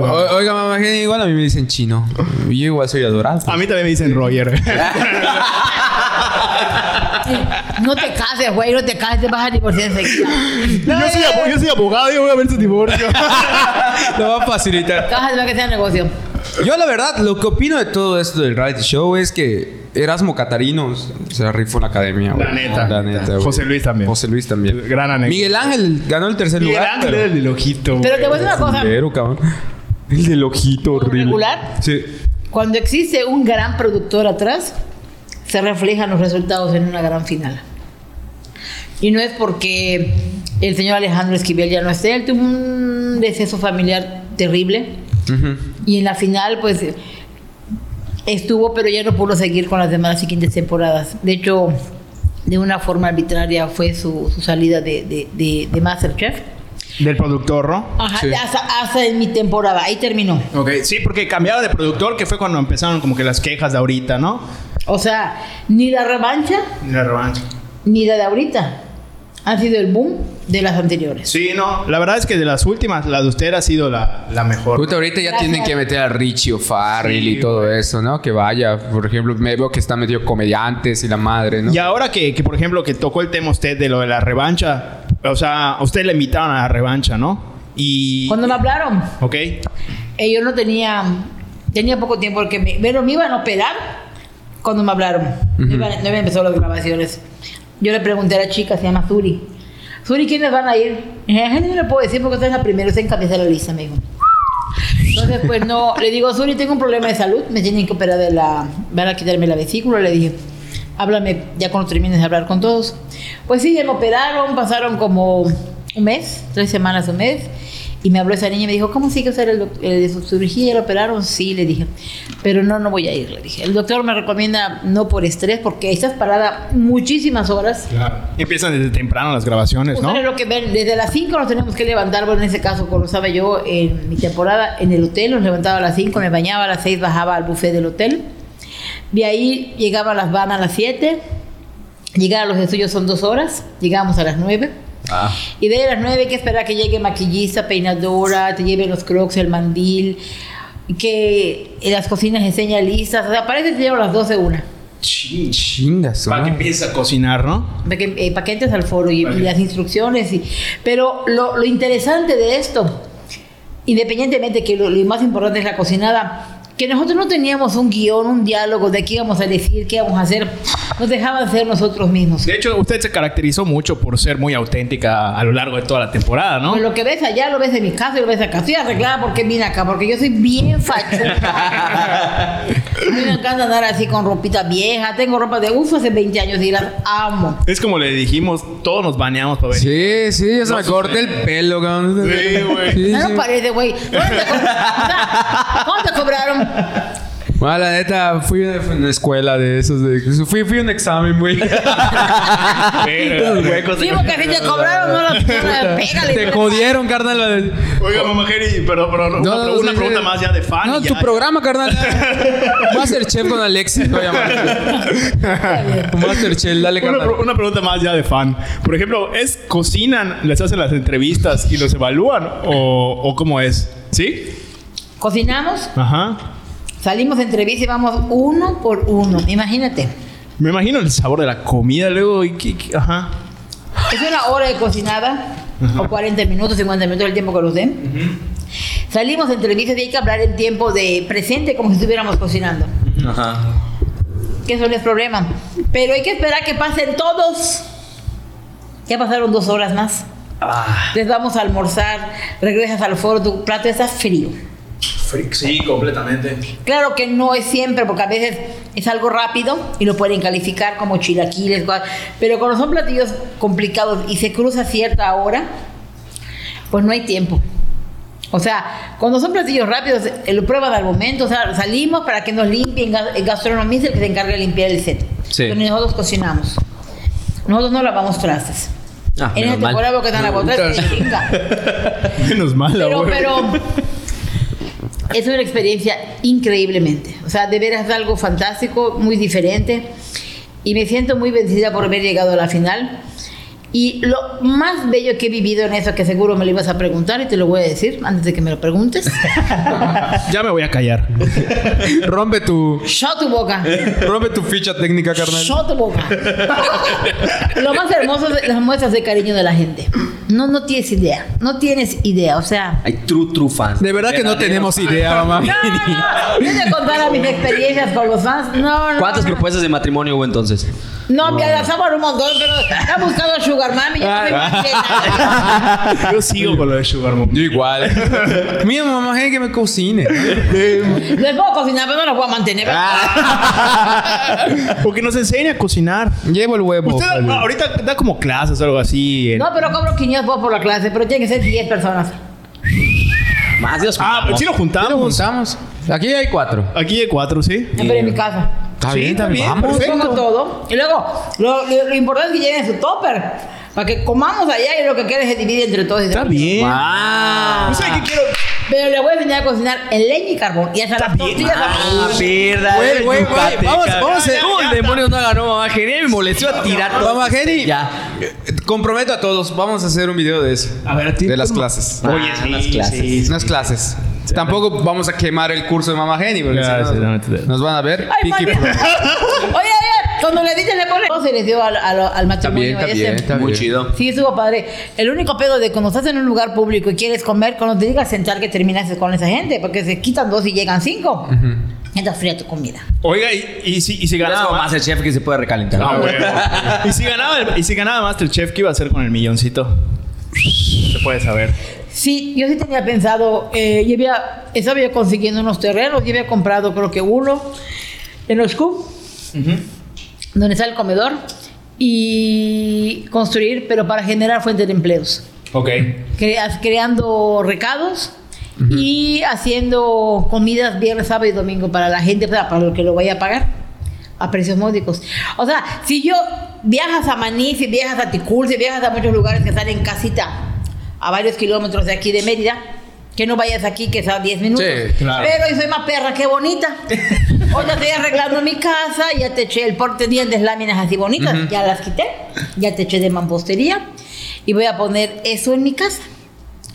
Speaker 1: O- Oiga, mamá, que igual a mí me dicen chino. Yo igual soy adorado.
Speaker 2: A mí también me dicen Roger.
Speaker 4: No te cases, güey, no te cases, te vas a divorciar enseguida.
Speaker 2: yo, soy abogado, yo soy abogado, yo voy a ver su divorcio.
Speaker 1: Ah, Lo va a facilitar.
Speaker 4: Te vas a tener que hacer negocio.
Speaker 1: Yo la verdad, lo que opino de todo esto del reality show es que Erasmo Catarino se la rifó en la academia. güey.
Speaker 2: La neta.
Speaker 1: La neta, güey.
Speaker 2: José Luis también.
Speaker 1: José Luis también.
Speaker 2: Gran anécdota.
Speaker 1: Miguel Ángel ganó el tercer
Speaker 2: Miguel
Speaker 1: lugar.
Speaker 2: Ángel
Speaker 1: pero-
Speaker 2: era el del ojito.
Speaker 4: Pero te
Speaker 2: güey.
Speaker 4: voy a decir una cosa.
Speaker 1: Culero, cabrón. El del ojito horrible.
Speaker 4: regular?
Speaker 1: Sí.
Speaker 4: Cuando existe un gran productor atrás, se reflejan los resultados en una gran final. Y no es porque el señor Alejandro Esquivel ya no esté, él tuvo un deceso familiar terrible
Speaker 1: Ujú.
Speaker 4: y en la final pues estuvo, pero ya no pudo seguir con las demás siguientes temporadas. De hecho, de una forma arbitraria fue su, su salida de, de, de, de Masterchef.
Speaker 2: Del productor, ¿no?
Speaker 4: Ajá,
Speaker 1: Sí.
Speaker 4: hasta, hasta en mi temporada, ahí terminó.
Speaker 2: Ok, sí, porque cambiaron de productor, que fue cuando empezaron como que las quejas de ahorita, ¿no?
Speaker 4: O sea, ni la revancha
Speaker 2: La revancha.
Speaker 4: ni la de ahorita. Han sido el boom de las anteriores.
Speaker 2: Sí, no. La verdad es que de las últimas, la de usted ha sido la, la mejor.
Speaker 1: Puta, ahorita ya
Speaker 4: Gracias.
Speaker 1: tienen que meter a Richie O'Farrell
Speaker 2: Sí,
Speaker 1: y todo eso, ¿no? Que vaya, por ejemplo, me veo que están metido comediantes y la madre, ¿no?
Speaker 2: Y ahora que, que, por ejemplo, que tocó el tema usted de lo de la revancha, o sea, a usted le invitaron a la revancha, ¿no? Y...
Speaker 4: Cuando me hablaron,
Speaker 2: Ok.
Speaker 4: eh, yo no tenía, tenía poco tiempo porque me, pero me iban a operar cuando me hablaron. No iban- No habían empezado las grabaciones. Yo le pregunté a la chica, se llama Zuri. Zuri, ¿quiénes van a ir? Y dije, "Ay, no le puedo decir porque esta es la primera, usted encabeza la lista, me dijo. Entonces, pues no, le digo, Zuri, tengo un problema de salud, me tienen que operar de la, van a quitarme la vesícula, le dije, háblame ya cuando termines de hablar con todos. Pues sí, ya me operaron, pasaron como un mes, tres semanas, un mes, y me habló esa niña y me dijo, ¿cómo sigue usted el, doc- el de su cirugía? ¿Ya lo operaron? Sí, le dije, pero no, no voy a ir, le dije. El doctor me recomienda no por estrés, porque estás parada muchísimas horas.
Speaker 2: Empiezan desde temprano las grabaciones, ¿no?
Speaker 4: Ustedes Pues lo que ven, desde las 5 nos tenemos que levantar, bueno, en ese caso, como sabe yo, en mi temporada en el hotel, nos levantaba a las 5, me bañaba a las 6, bajaba al buffet del hotel. De ahí llegaba a Las Habana a las 7, llegar a los estudios son dos horas, llegamos a las 9.
Speaker 1: Ah.
Speaker 4: Y de ahí a las 9 hay que esperar que llegue maquillista, peinadora, te lleven los crocs, el mandil, que en las cocinas enseñan listas, o sea, parece que te llevan a las 12 una.
Speaker 1: Chingas,
Speaker 2: Para que
Speaker 1: ¿no?
Speaker 2: empiece a cocinar, ¿no?
Speaker 4: para que, eh, para que entres al foro y, y las instrucciones. Y, pero lo, lo interesante de esto, independientemente que lo, lo más importante es la cocinada, que nosotros no teníamos un guión, un diálogo de qué íbamos a decir, qué íbamos a hacer, nos dejaban ser nosotros mismos.
Speaker 2: De hecho, usted se caracterizó mucho por ser muy auténtica a lo largo de toda la temporada, ¿no?
Speaker 4: Pues lo que ves allá lo ves en mi casa y lo ves acá. Estoy arreglada porque vine acá, porque yo soy bien fachuca. A mí me encanta andar así con ropita vieja. Tengo ropa de uso hace 20 años y las amo.
Speaker 2: Es como le dijimos, todos nos baneamos para ver.
Speaker 1: Sí, sí, yo se
Speaker 2: No
Speaker 1: me
Speaker 2: sé.
Speaker 1: corté el pelo, cabrón.
Speaker 2: Sí, güey.
Speaker 1: Sí,
Speaker 4: No
Speaker 1: sí.
Speaker 4: nos parece, güey. ¿Dónde te co- o sea, ¿Dónde cobraron?
Speaker 1: Bueno, la neta, fui a una escuela de esos. de- fui, fui a un examen, güey.
Speaker 2: Verga.
Speaker 4: Sí, porque si te cobraron, no lo pégale. pues.
Speaker 1: Te jodieron, carnal.
Speaker 2: Oiga, mamá Jerry, pero, pero una,
Speaker 1: No, no,
Speaker 2: pre- una
Speaker 1: sí,
Speaker 2: pregunta
Speaker 1: sí.
Speaker 2: más ya de fan.
Speaker 1: No,
Speaker 2: y
Speaker 1: tu
Speaker 2: ya.
Speaker 1: programa, carnal. Masterchef con Alexis, voy a llamar. Masterchef, dale,
Speaker 2: Una,
Speaker 1: carnal.
Speaker 2: pro- una pregunta más ya de fan. Por ejemplo, ¿es cocinan, les hacen las entrevistas y los evalúan? ¿O, o cómo es? ¿Sí?
Speaker 4: Cocinamos,
Speaker 2: Ajá.
Speaker 4: salimos de entrevista y vamos uno por uno. Imagínate.
Speaker 2: Me imagino el sabor de la comida luego y... que- que- ajá.
Speaker 4: Es una hora de cocinada, o 40 minutos, 50 minutos, el tiempo que los den. Salimos de entrevistas y hay que hablar en tiempo de presente, como si estuviéramos cocinando.
Speaker 5: Ajá.
Speaker 4: Que eso no es problema. Pero hay que esperar que pasen todos. Ya pasaron dos horas más. Les vamos a almorzar, regresas al foro, tu plato está frío.
Speaker 6: Sí, completamente.
Speaker 4: Claro que no es siempre, porque a veces es algo rápido y lo pueden calificar como chilaquiles, guau- pero cuando son platillos complicados y se cruza cierta hora, pues no hay tiempo. O sea, cuando son platillos rápidos, eh, lo prueban al momento, o sea, salimos para que nos limpien, ga- el gastronomía es el que se encarga de limpiar el set.
Speaker 5: Sí.
Speaker 4: Pero nosotros cocinamos. Nosotros no lavamos trastes.
Speaker 5: Ah,
Speaker 4: en
Speaker 5: menos
Speaker 4: esta
Speaker 5: mal.
Speaker 4: temporada que están lavando trastes, chinga.
Speaker 2: Menos mal, la
Speaker 4: Pero,
Speaker 2: wea.
Speaker 4: pero es una experiencia increíblemente. O sea, de veras es algo fantástico, muy diferente. Y me siento muy bendecida por haber llegado a la final. Y lo más bello que he vivido en eso, que seguro me lo ibas a preguntar y te lo voy a decir antes de que me lo preguntes.
Speaker 2: Ya me voy a callar.
Speaker 1: Rompe tu,
Speaker 4: Yo tu boca.
Speaker 1: rompe tu ficha técnica, Eh, carnal.
Speaker 4: Yo tu boca. Lo más hermoso es las muestras de cariño de la gente. No, no tienes idea. No tienes idea. O sea,
Speaker 5: Hay true, true fans.
Speaker 1: De verdad que no tenemos idea, mamá.
Speaker 4: yo te contara mis experiencias con los fans. No, no.
Speaker 5: ¿Cuántas
Speaker 4: no.
Speaker 5: propuestas de matrimonio hubo entonces?
Speaker 4: No, me agazamos un montón, pero está buscando a Sugar Mami. Yo no me
Speaker 1: Ah.
Speaker 4: imaginé.
Speaker 2: Yo sigo con lo de Sugar Mom.
Speaker 1: Yo igual. Mira, mamá, gente que me cocine.
Speaker 4: Les puedo cocinar, pero no los voy a mantener.
Speaker 1: Ah.
Speaker 2: Porque nos enseña a cocinar.
Speaker 1: Llevo el huevo.
Speaker 2: Usted
Speaker 1: vale.
Speaker 2: da- ahorita da como clases o algo así. en-
Speaker 4: No, pero cobro 500 pesos por la clase, pero tienen que ser 10 personas.
Speaker 5: Más Dios.
Speaker 2: ah, sí lo juntamos.
Speaker 1: Lo juntamos. Aquí hay cuatro.
Speaker 2: Aquí hay cuatro, ¿sí?
Speaker 4: Pero en mi casa.
Speaker 1: Está
Speaker 2: Sí,
Speaker 1: bien, está
Speaker 2: está
Speaker 1: bien.
Speaker 2: bien.
Speaker 1: Vamos.
Speaker 2: Perfecto.
Speaker 4: Pongo todo. Y luego, lo, lo- lo importante es que lleven su topper. Para que comamos allá y lo que quede se divide entre todos. y se
Speaker 2: Está
Speaker 4: lo-
Speaker 2: bien.
Speaker 5: Ah,
Speaker 2: ¿Sabe qué quiero?
Speaker 4: Pero le voy a enseñar a cocinar en leña y carbón. Y hasta las
Speaker 2: bien.
Speaker 4: tortillas.
Speaker 5: ah,
Speaker 4: las-
Speaker 5: pierda.
Speaker 1: Güey, güey, güey, vamos, vamos a hacer-
Speaker 5: ¿Cómo el demonio no ganó mamá Genia? Me molestó a tirar todo.
Speaker 1: Mamá Jenny, eh,
Speaker 5: Ya.
Speaker 1: comprometo a todos, vamos a hacer un video de eso.
Speaker 2: A ver, a ti.
Speaker 1: De las
Speaker 2: ¿cómo?
Speaker 1: clases.
Speaker 5: Oye, sí,
Speaker 2: las
Speaker 5: sí,
Speaker 2: clases.
Speaker 5: sí.
Speaker 1: Unas clases. Tampoco vamos a quemar el curso de Mamá Jenny, porque
Speaker 2: Claro,
Speaker 1: si
Speaker 2: sí,
Speaker 1: no,
Speaker 2: no, te-
Speaker 1: nos van a ver.
Speaker 4: Ay,
Speaker 1: piqui-
Speaker 4: madre. oye, oye, cuando le dicen le ponen. se les dio al, al, al
Speaker 1: Está bien,
Speaker 4: matrimonio
Speaker 1: está
Speaker 4: ese?
Speaker 1: bien, está
Speaker 5: Muy
Speaker 1: bien.
Speaker 5: chido.
Speaker 4: Sí, estuvo padre. El único pedo de cuando estás en un lugar público y quieres comer, cuando te digas sentar que terminaste con esa gente, porque se quitan dos y llegan cinco. Entonces fría tu comida.
Speaker 2: Oiga, y, y si, y si ganaba
Speaker 5: Ganaba más el chef que se puede recalentar.
Speaker 2: Ah, huevo. y si ganaba el- y si ganaba Masterchef, ¿qué iba a hacer con el milloncito? Se puede saber.
Speaker 4: Sí, yo sí tenía pensado, eh, yo había, estaba yo consiguiendo unos terrenos, yo había comprado creo que uno en Oscu, donde está el comedor, y construir, pero para generar fuentes de empleos.
Speaker 2: Ok.
Speaker 4: crea- creando recados y haciendo comidas viernes, sábado y domingo para la gente, para, para lo que lo vaya a pagar a precios módicos. O sea, si yo viajas a Maní, si viajas a Ticul, si viajas a muchos lugares que están en casita, a varios kilómetros de aquí de Mérida, que no vayas aquí, que está a 10 minutos.
Speaker 1: Sí,
Speaker 2: claro.
Speaker 4: Pero yo soy más perra que bonita. Hoy ya estoy arreglando mi casa, ya te eché el porte dientes, láminas así bonitas, ya las quité, ya te eché de mampostería y voy a poner eso en mi casa.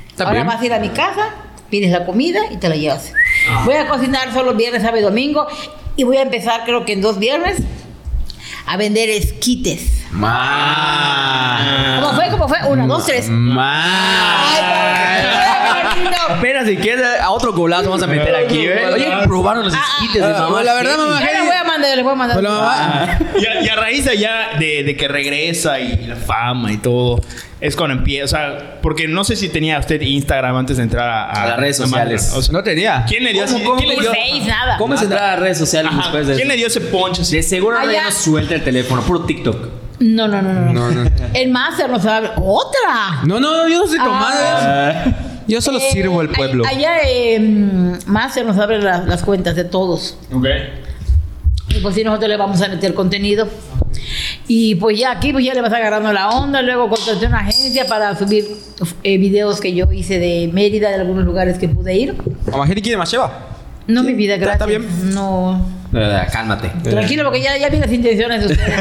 Speaker 1: Está
Speaker 4: Ahora
Speaker 1: bien.
Speaker 4: vas a ir a mi casa, pides la comida y te la llevas. Voy a cocinar solo viernes, sábado y domingo y voy a empezar creo que en dos viernes a vender esquites.
Speaker 2: Ah.
Speaker 1: Ma-
Speaker 4: ¿Cómo fue? ¿Cómo fue? Una, dos, tres. Ay,
Speaker 1: Ma-
Speaker 4: qué
Speaker 2: Ah.
Speaker 4: bonito.
Speaker 5: Apenas si quieres, a otro golazo vamos a meter aquí, ¿eh? Oye, probaron los esquites de
Speaker 1: Ah,
Speaker 5: mamá.
Speaker 1: la verdad, mamá.
Speaker 4: Ya les voy a mandar, les voy a mandar.
Speaker 1: Hola, mamá.
Speaker 2: Y a, y a raíz de allá, de, de que regresa y la fama y todo, es cuando empieza. Porque no sé si tenía usted Instagram antes de entrar a,
Speaker 5: A las redes sociales.
Speaker 2: o sea,
Speaker 1: No tenía.
Speaker 2: ¿Quién le dio
Speaker 5: ¿Cómo,
Speaker 2: así-
Speaker 5: cómo,
Speaker 2: ¿quién le
Speaker 5: cómo
Speaker 2: dio-
Speaker 5: yo-
Speaker 4: Seis, nada.
Speaker 5: ¿Cómo se entra a las redes sociales
Speaker 2: Ajá,
Speaker 5: después de
Speaker 2: ¿Quién le dio ese poncho?
Speaker 5: De seguro
Speaker 4: Allá.
Speaker 5: nadie nos suelta el teléfono, puro TikTok.
Speaker 4: No, no, no, no.
Speaker 1: No,
Speaker 4: no.
Speaker 1: no.
Speaker 4: El máster no sabe. ¡Otra!
Speaker 1: No, no, yo no estoy tomando.
Speaker 4: Ah.
Speaker 1: Yo solo
Speaker 4: Eh,
Speaker 1: sirvo al
Speaker 4: a-
Speaker 1: pueblo.
Speaker 4: Allá eh, mm, Master nos abre la- las cuentas de todos.
Speaker 6: Ok.
Speaker 4: Y pues si nosotros le vamos a meter contenido. Y pues ya aquí pues ya le vas agarrando la onda. Luego contraté una agencia para subir eh, videos que yo hice de Mérida, de algunos lugares que pude ir.
Speaker 1: Amajeri quiere más lleva.
Speaker 4: No, mi vida,
Speaker 1: ¿Está- está
Speaker 4: gracias.
Speaker 1: bien? Eh.
Speaker 4: No.
Speaker 5: Cálmate.
Speaker 4: Tranquilo, porque ya, ya vi las intenciones de ustedes.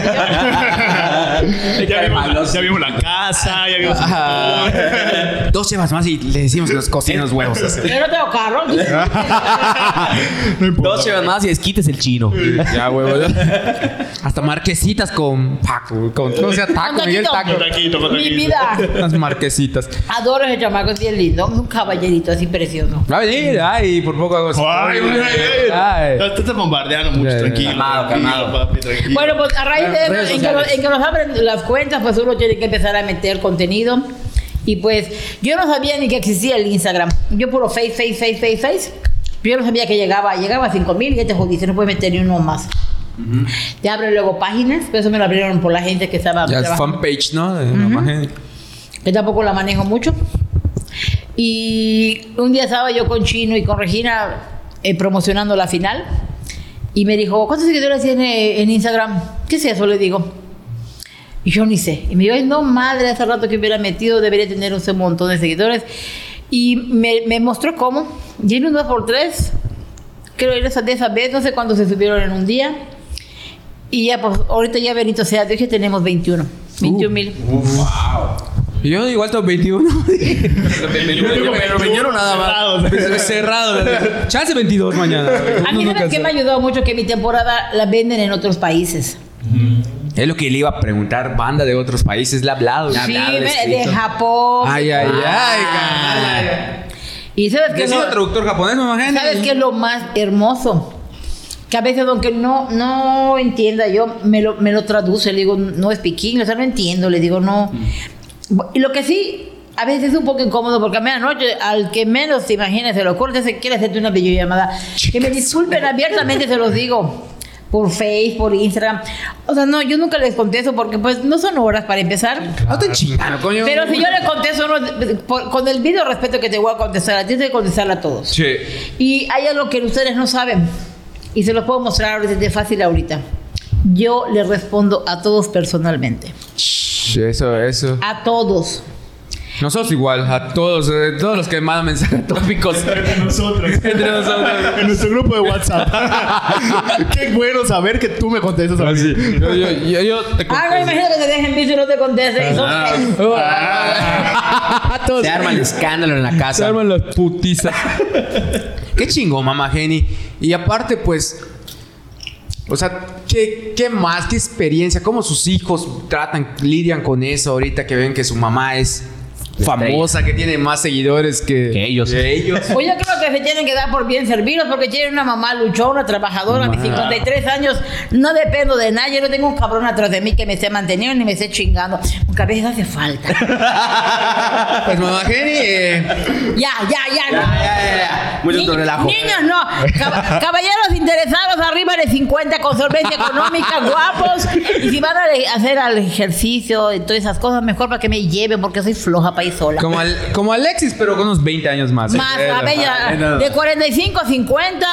Speaker 2: Ya vimos, ya vimos la casa, ya vimos.
Speaker 1: Ah.
Speaker 5: Dos llevas más y le decimos que nos cocinen los huevos.
Speaker 4: Yo, yo no tengo carro.
Speaker 5: Dos llevas más y desquites el chino.
Speaker 1: Ya, huevo. Hasta marquesitas con Paco. Con, ¿Cómo se llama? Taco, Miguel Taco.
Speaker 6: Taquito, con
Speaker 4: Mi
Speaker 6: taquito.
Speaker 4: vida.
Speaker 1: Unas marquesitas.
Speaker 4: Adoro ese chamaco, es bien lindo. Es un caballerito así precioso.
Speaker 1: Va a venir, ay, por poco hago.
Speaker 2: Ay, güey, ay, ay.
Speaker 1: Ay.
Speaker 2: No, Tú estás bombardeando
Speaker 1: Ya,
Speaker 2: mucho,
Speaker 1: ya.
Speaker 2: tranquilo.
Speaker 5: Calmado,
Speaker 2: tranquilo,
Speaker 5: calmado.
Speaker 2: papi, tranquilo.
Speaker 4: Bueno, pues a raíz de
Speaker 5: redes
Speaker 4: eso, en que, nos,
Speaker 5: sociales.
Speaker 4: en que nos abren las cuentas, pues uno tiene que empezar a meter contenido. Y pues yo no sabía ni que existía el Instagram. Yo puro face, face, face, face, face. Yo no sabía que llegaba, llegaba a 5 mil y ya te jodiste, no puedes meter ni uno más. Te abren luego páginas, pero eso me lo abrieron por la gente que estaba
Speaker 1: Ya es
Speaker 4: trabajando,
Speaker 1: fanpage, ¿no? De Amajeri.
Speaker 4: que tampoco la manejo mucho. Y un día estaba yo con Chino y con Regina eh, promocionando la final y me dijo, ¿cuántos seguidores tiene en Instagram? ¿Qué es eso? Le digo. Y yo ni sé. Y me dijo, ay, no, madre, hace rato que hubiera metido, debería tener un montón de seguidores. Y me, me mostró cómo. Y en un 2x3, creo que era esa- de esa vez, no sé cuándo se subieron en un día. Y ya, pues, ahorita ya, Benito sea, Dios, ya tenemos 21. 21 mil.
Speaker 1: Y Yo igual tengo 21. Pero vinieron nada más. Cerrado. Chance 22 mañana.
Speaker 4: A mí,
Speaker 1: Uno nunca
Speaker 4: ¿sabes qué me
Speaker 1: sabe.
Speaker 4: ayudó mucho? Que mi temporada la venden en otros países.
Speaker 1: Es lo que le iba a preguntar. Banda de otros países. Le ha hablado.
Speaker 4: Sí,
Speaker 1: Le ha hablado,
Speaker 4: ve- de
Speaker 1: escrito.
Speaker 4: Japón.
Speaker 1: Ay, ay, ay.
Speaker 4: Ah.
Speaker 1: carnal.
Speaker 4: Y sabes
Speaker 1: ¿Qué
Speaker 4: que
Speaker 1: es
Speaker 4: no,
Speaker 1: el traductor japonés, me imagino?
Speaker 4: ¿Sabes qué es lo más hermoso? Que a veces, aunque no, no entienda yo, me lo, me lo traduce, le digo, no es piquín, o sea, no entiendo, le digo, no. Y lo que sí, a veces es un poco incómodo, porque a medianoche, al que menos te imagines se lo ocurre, te dice, quiere hacerte una videollamada. Que me disculpen abiertamente, se los digo. Por Facebook, por Instagram. O sea, no, yo nunca les contesto porque, pues, no son horas para empezar.
Speaker 1: No te chingano, coño.
Speaker 4: Pero si yo le contesto uno, por- con el video respeto que te voy a contestar, a ti te voy a contestar a todos.
Speaker 1: Che.
Speaker 4: Y hay algo que ustedes no saben y se los puedo mostrar desde fácil ahorita. Yo le respondo a todos personalmente,
Speaker 1: Eso, eso.
Speaker 4: a todos.
Speaker 1: Nosotros igual, a todos, eh, todos los que mandan mensajes tópicos.
Speaker 2: Entre nosotros.
Speaker 1: Entre nosotros.
Speaker 2: En nuestro grupo de WhatsApp. Qué bueno saber que tú me contestas a mí.
Speaker 1: Ah, Yo, yo, yo, yo te
Speaker 4: Ah, no,
Speaker 1: contesto.
Speaker 4: imagínate que te dejen visto y no te contesten. y son seis.
Speaker 5: Se arma el escándalo en la
Speaker 1: Ah. Se
Speaker 5: casa.
Speaker 1: arman las putizas. Qué chingón, mamá Jenny. Y aparte, pues. O sea, ¿qué, ¿qué más? ¿Qué experiencia? ¿Cómo sus hijos tratan, lidian con eso ahorita que ven que su mamá es famosa, que tiene más seguidores que,
Speaker 5: Que ellos.
Speaker 1: que ellos?
Speaker 4: Pues yo creo que se tienen que dar por bien servidos porque tienen una mamá luchona, trabajadora, a mis 53 años. No dependo de nadie, no tengo un cabrón atrás de mí que me esté manteniendo ni me esté chingando. Porque a veces hace falta.
Speaker 1: Pues mamá Jenny, eh,
Speaker 4: Ya, ya, ya. no.
Speaker 5: Mucho
Speaker 4: Niños-
Speaker 5: relajo.
Speaker 4: Niños no. Cab- Caballeros interesados arriba de 50 con solvencia económica, guapos. Y si van a le- hacer al ejercicio y todas esas cosas, mejor para que me lleven porque soy floja para ir sola.
Speaker 1: como, al- como Alexis, pero con unos 20 años más. Eh,
Speaker 4: Más, a ver, ya, de 45 a 50,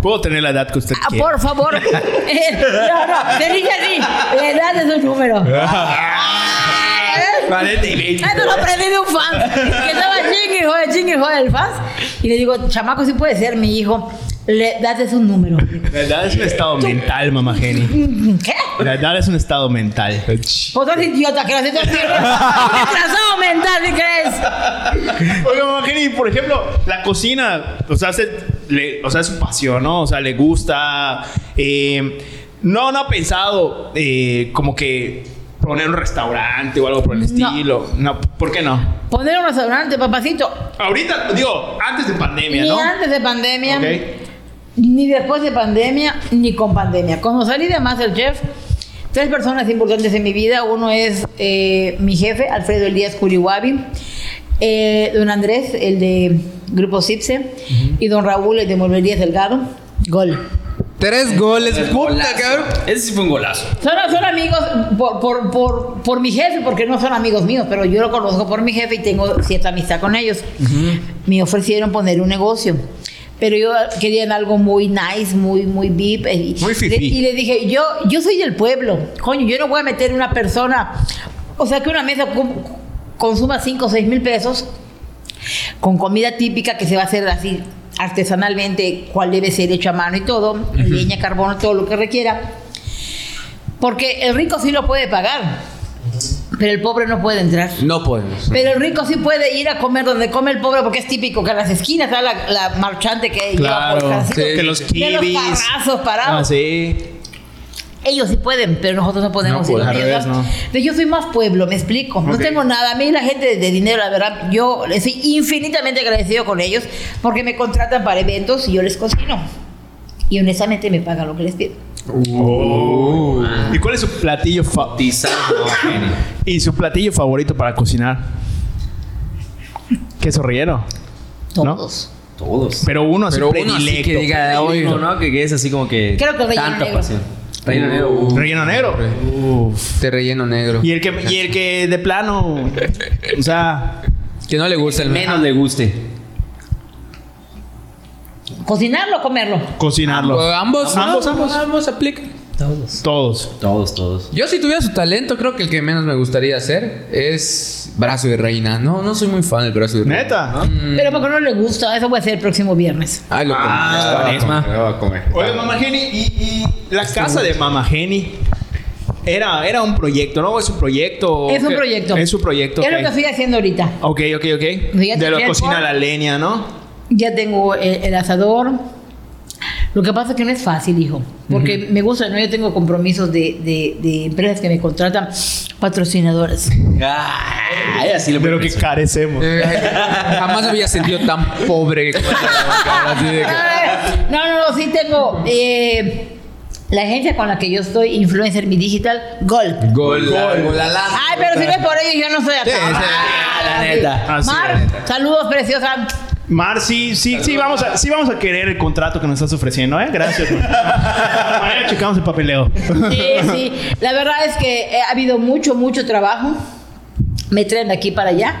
Speaker 2: Puedo tener la edad que usted
Speaker 4: ah,
Speaker 2: quiere.
Speaker 4: por favor. Eh, no, no, te dije así, la edad es un número. Ah, Esto lo aprendí de un fan que estaba chingue, joder, chingue, joder, el fan. Y le digo, chamaco, sí puede ser mi hijo. Le date su número.
Speaker 2: La edad es un estado mental, mamá Jenny.
Speaker 4: ¿Qué?
Speaker 2: La edad es un estado mental.
Speaker 4: Vos sos idiota, que lo haces Retrasado mental, ¿sí crees?
Speaker 2: Oiga, mamá Jenny, por ejemplo, la cocina, o sea, se- le- o sea, es su pasión, ¿no? O sea, le gusta. eh, no, no ha pensado eh, como que poner un restaurante o algo por el
Speaker 4: No.
Speaker 2: estilo. No, ¿por qué no?
Speaker 4: Poner un restaurante, papacito.
Speaker 2: Ahorita, digo, antes de pandemia,
Speaker 4: Ni
Speaker 2: ¿no?
Speaker 4: antes de pandemia,
Speaker 2: Ok.
Speaker 4: ni después de pandemia, ni con pandemia. Cuando salí de Masterchef, tres personas importantes en mi vida. Uno es eh, mi jefe, Alfredo Elías Curihuabi. eh, don Andrés, el de Grupo Cipse. Y don Raúl, el de Molverías Delgado. Gol.
Speaker 1: Tres goles. Puta,
Speaker 5: Golazo.
Speaker 1: cabrón.
Speaker 5: Ese sí fue un golazo.
Speaker 4: Son, son amigos por, por, por, por mi jefe, porque no son amigos míos, pero yo lo conozco por mi jefe y tengo cierta amistad con ellos. Me ofrecieron poner un negocio. Pero yo querían algo muy nice, muy, muy VIP. eh,
Speaker 1: Muy fifí.
Speaker 4: le- Y le dije, yo, yo soy del pueblo. Coño, yo no voy a meter una persona. O sea, que una mesa com- consuma 5 o 6 mil pesos con comida típica que se va a hacer así artesanalmente, cuál debe ser hecho a mano y todo, leña, carbono, todo lo que requiera. Porque el rico sí lo puede pagar, pero el pobre no puede entrar.
Speaker 1: No podemos.
Speaker 4: Pero el rico sí puede ir a comer donde come el pobre, porque es típico que en las esquinas está la, la marchante que lleva por
Speaker 2: Claro.
Speaker 4: el carrito.
Speaker 1: sí,
Speaker 2: que los
Speaker 1: sí.
Speaker 4: De los
Speaker 2: kibis.
Speaker 4: carrazos parados.
Speaker 2: Ah, sí.
Speaker 4: Ellos sí pueden, pero nosotros no podemos.
Speaker 2: No,
Speaker 4: ir
Speaker 2: pues, al
Speaker 4: ellos,
Speaker 2: revés, no.
Speaker 4: Pero Yo soy más pueblo, me explico. No
Speaker 2: Ok.
Speaker 4: tengo nada. A mí la gente de dinero, la verdad, yo les soy infinitamente agradecido con ellos porque me contratan para eventos y yo les cocino. Y honestamente me pagan lo que les pido.
Speaker 1: Uh.
Speaker 2: ¿Y cuál es su platillo fa-
Speaker 5: Tizano, genio.
Speaker 2: y su platillo favorito para cocinar? Queso relleno. ¿No?
Speaker 4: Todos.
Speaker 5: Todos.
Speaker 2: Pero uno así
Speaker 1: Pero uno así
Speaker 2: predilecto.
Speaker 1: que diga, "Oye,
Speaker 5: Digo, ¿no? Que, que es así como que.
Speaker 4: Creo que el relleno
Speaker 5: Tanta
Speaker 4: negro.
Speaker 5: pasión. Reino negro.
Speaker 1: Uh.
Speaker 2: Relleno negro.
Speaker 1: Te relleno negro.
Speaker 2: Y el que y el que de plano o sea,
Speaker 1: Que no le gusta el
Speaker 5: Menos le guste.
Speaker 4: ¿Cocinarlo o comerlo?
Speaker 2: cocinarlo.
Speaker 1: Ah, Ambos,
Speaker 2: Ambos,
Speaker 1: ambos,
Speaker 2: ambos.
Speaker 1: ambos, ambos aplican.
Speaker 2: Todos.
Speaker 5: Todos, todos.
Speaker 1: Yo si tuviera su talento, creo que el que menos me gustaría hacer es brazo de reina. No, no soy muy fan del brazo de reina.
Speaker 2: Neta.
Speaker 4: Pero porque no le gusta. Eso voy a hacer el próximo viernes.
Speaker 1: Ay, lo
Speaker 2: Ah,
Speaker 1: comí.
Speaker 5: Esma.
Speaker 1: Lo voy a comer.
Speaker 2: Oye, Mamá Geni, y, y la casa de Mamá Geni era, era un proyecto, ¿no? Es un proyecto.
Speaker 4: Es un
Speaker 2: ¿Qué?
Speaker 4: proyecto.
Speaker 2: Es un proyecto.
Speaker 4: Es lo que
Speaker 2: ok.
Speaker 4: estoy haciendo ahorita.
Speaker 2: Ok, ok, ok.
Speaker 4: Fíjate,
Speaker 2: De la
Speaker 4: fíjate.
Speaker 2: cocina a la leña, ¿no?
Speaker 4: Ya tengo eh, el, el asador. Lo que pasa es que no es fácil, hijo. Porque me gusta, ¿no? Yo tengo compromisos de, de- de empresas que me contratan patrocinadores.
Speaker 5: Ay, así lo
Speaker 2: De lo que carecemos.
Speaker 1: Eh, jamás había sentido tan pobre. Así de que-
Speaker 4: No, no, no, sí tengo. eh, la agencia con la que yo estoy, Influencer Mi Digital, Gold.
Speaker 1: Gol, gol, la lana.
Speaker 4: Ay, pero si no es por ellos, yo no soy acá.
Speaker 1: Sí, sí,
Speaker 4: Ah,
Speaker 1: la
Speaker 4: sí.
Speaker 1: neta.
Speaker 2: Ah, sí,
Speaker 4: Mar,
Speaker 2: la neta.
Speaker 4: saludos, preciosa.
Speaker 2: Mar, sí, sí, sí, vamos a, sí vamos a querer el contrato que nos estás ofreciendo, ¿eh? Gracias. Mar. Mañana checamos el papeleo.
Speaker 4: Sí, sí. La verdad es que eh, ha habido mucho, mucho trabajo. Me traen de aquí para allá.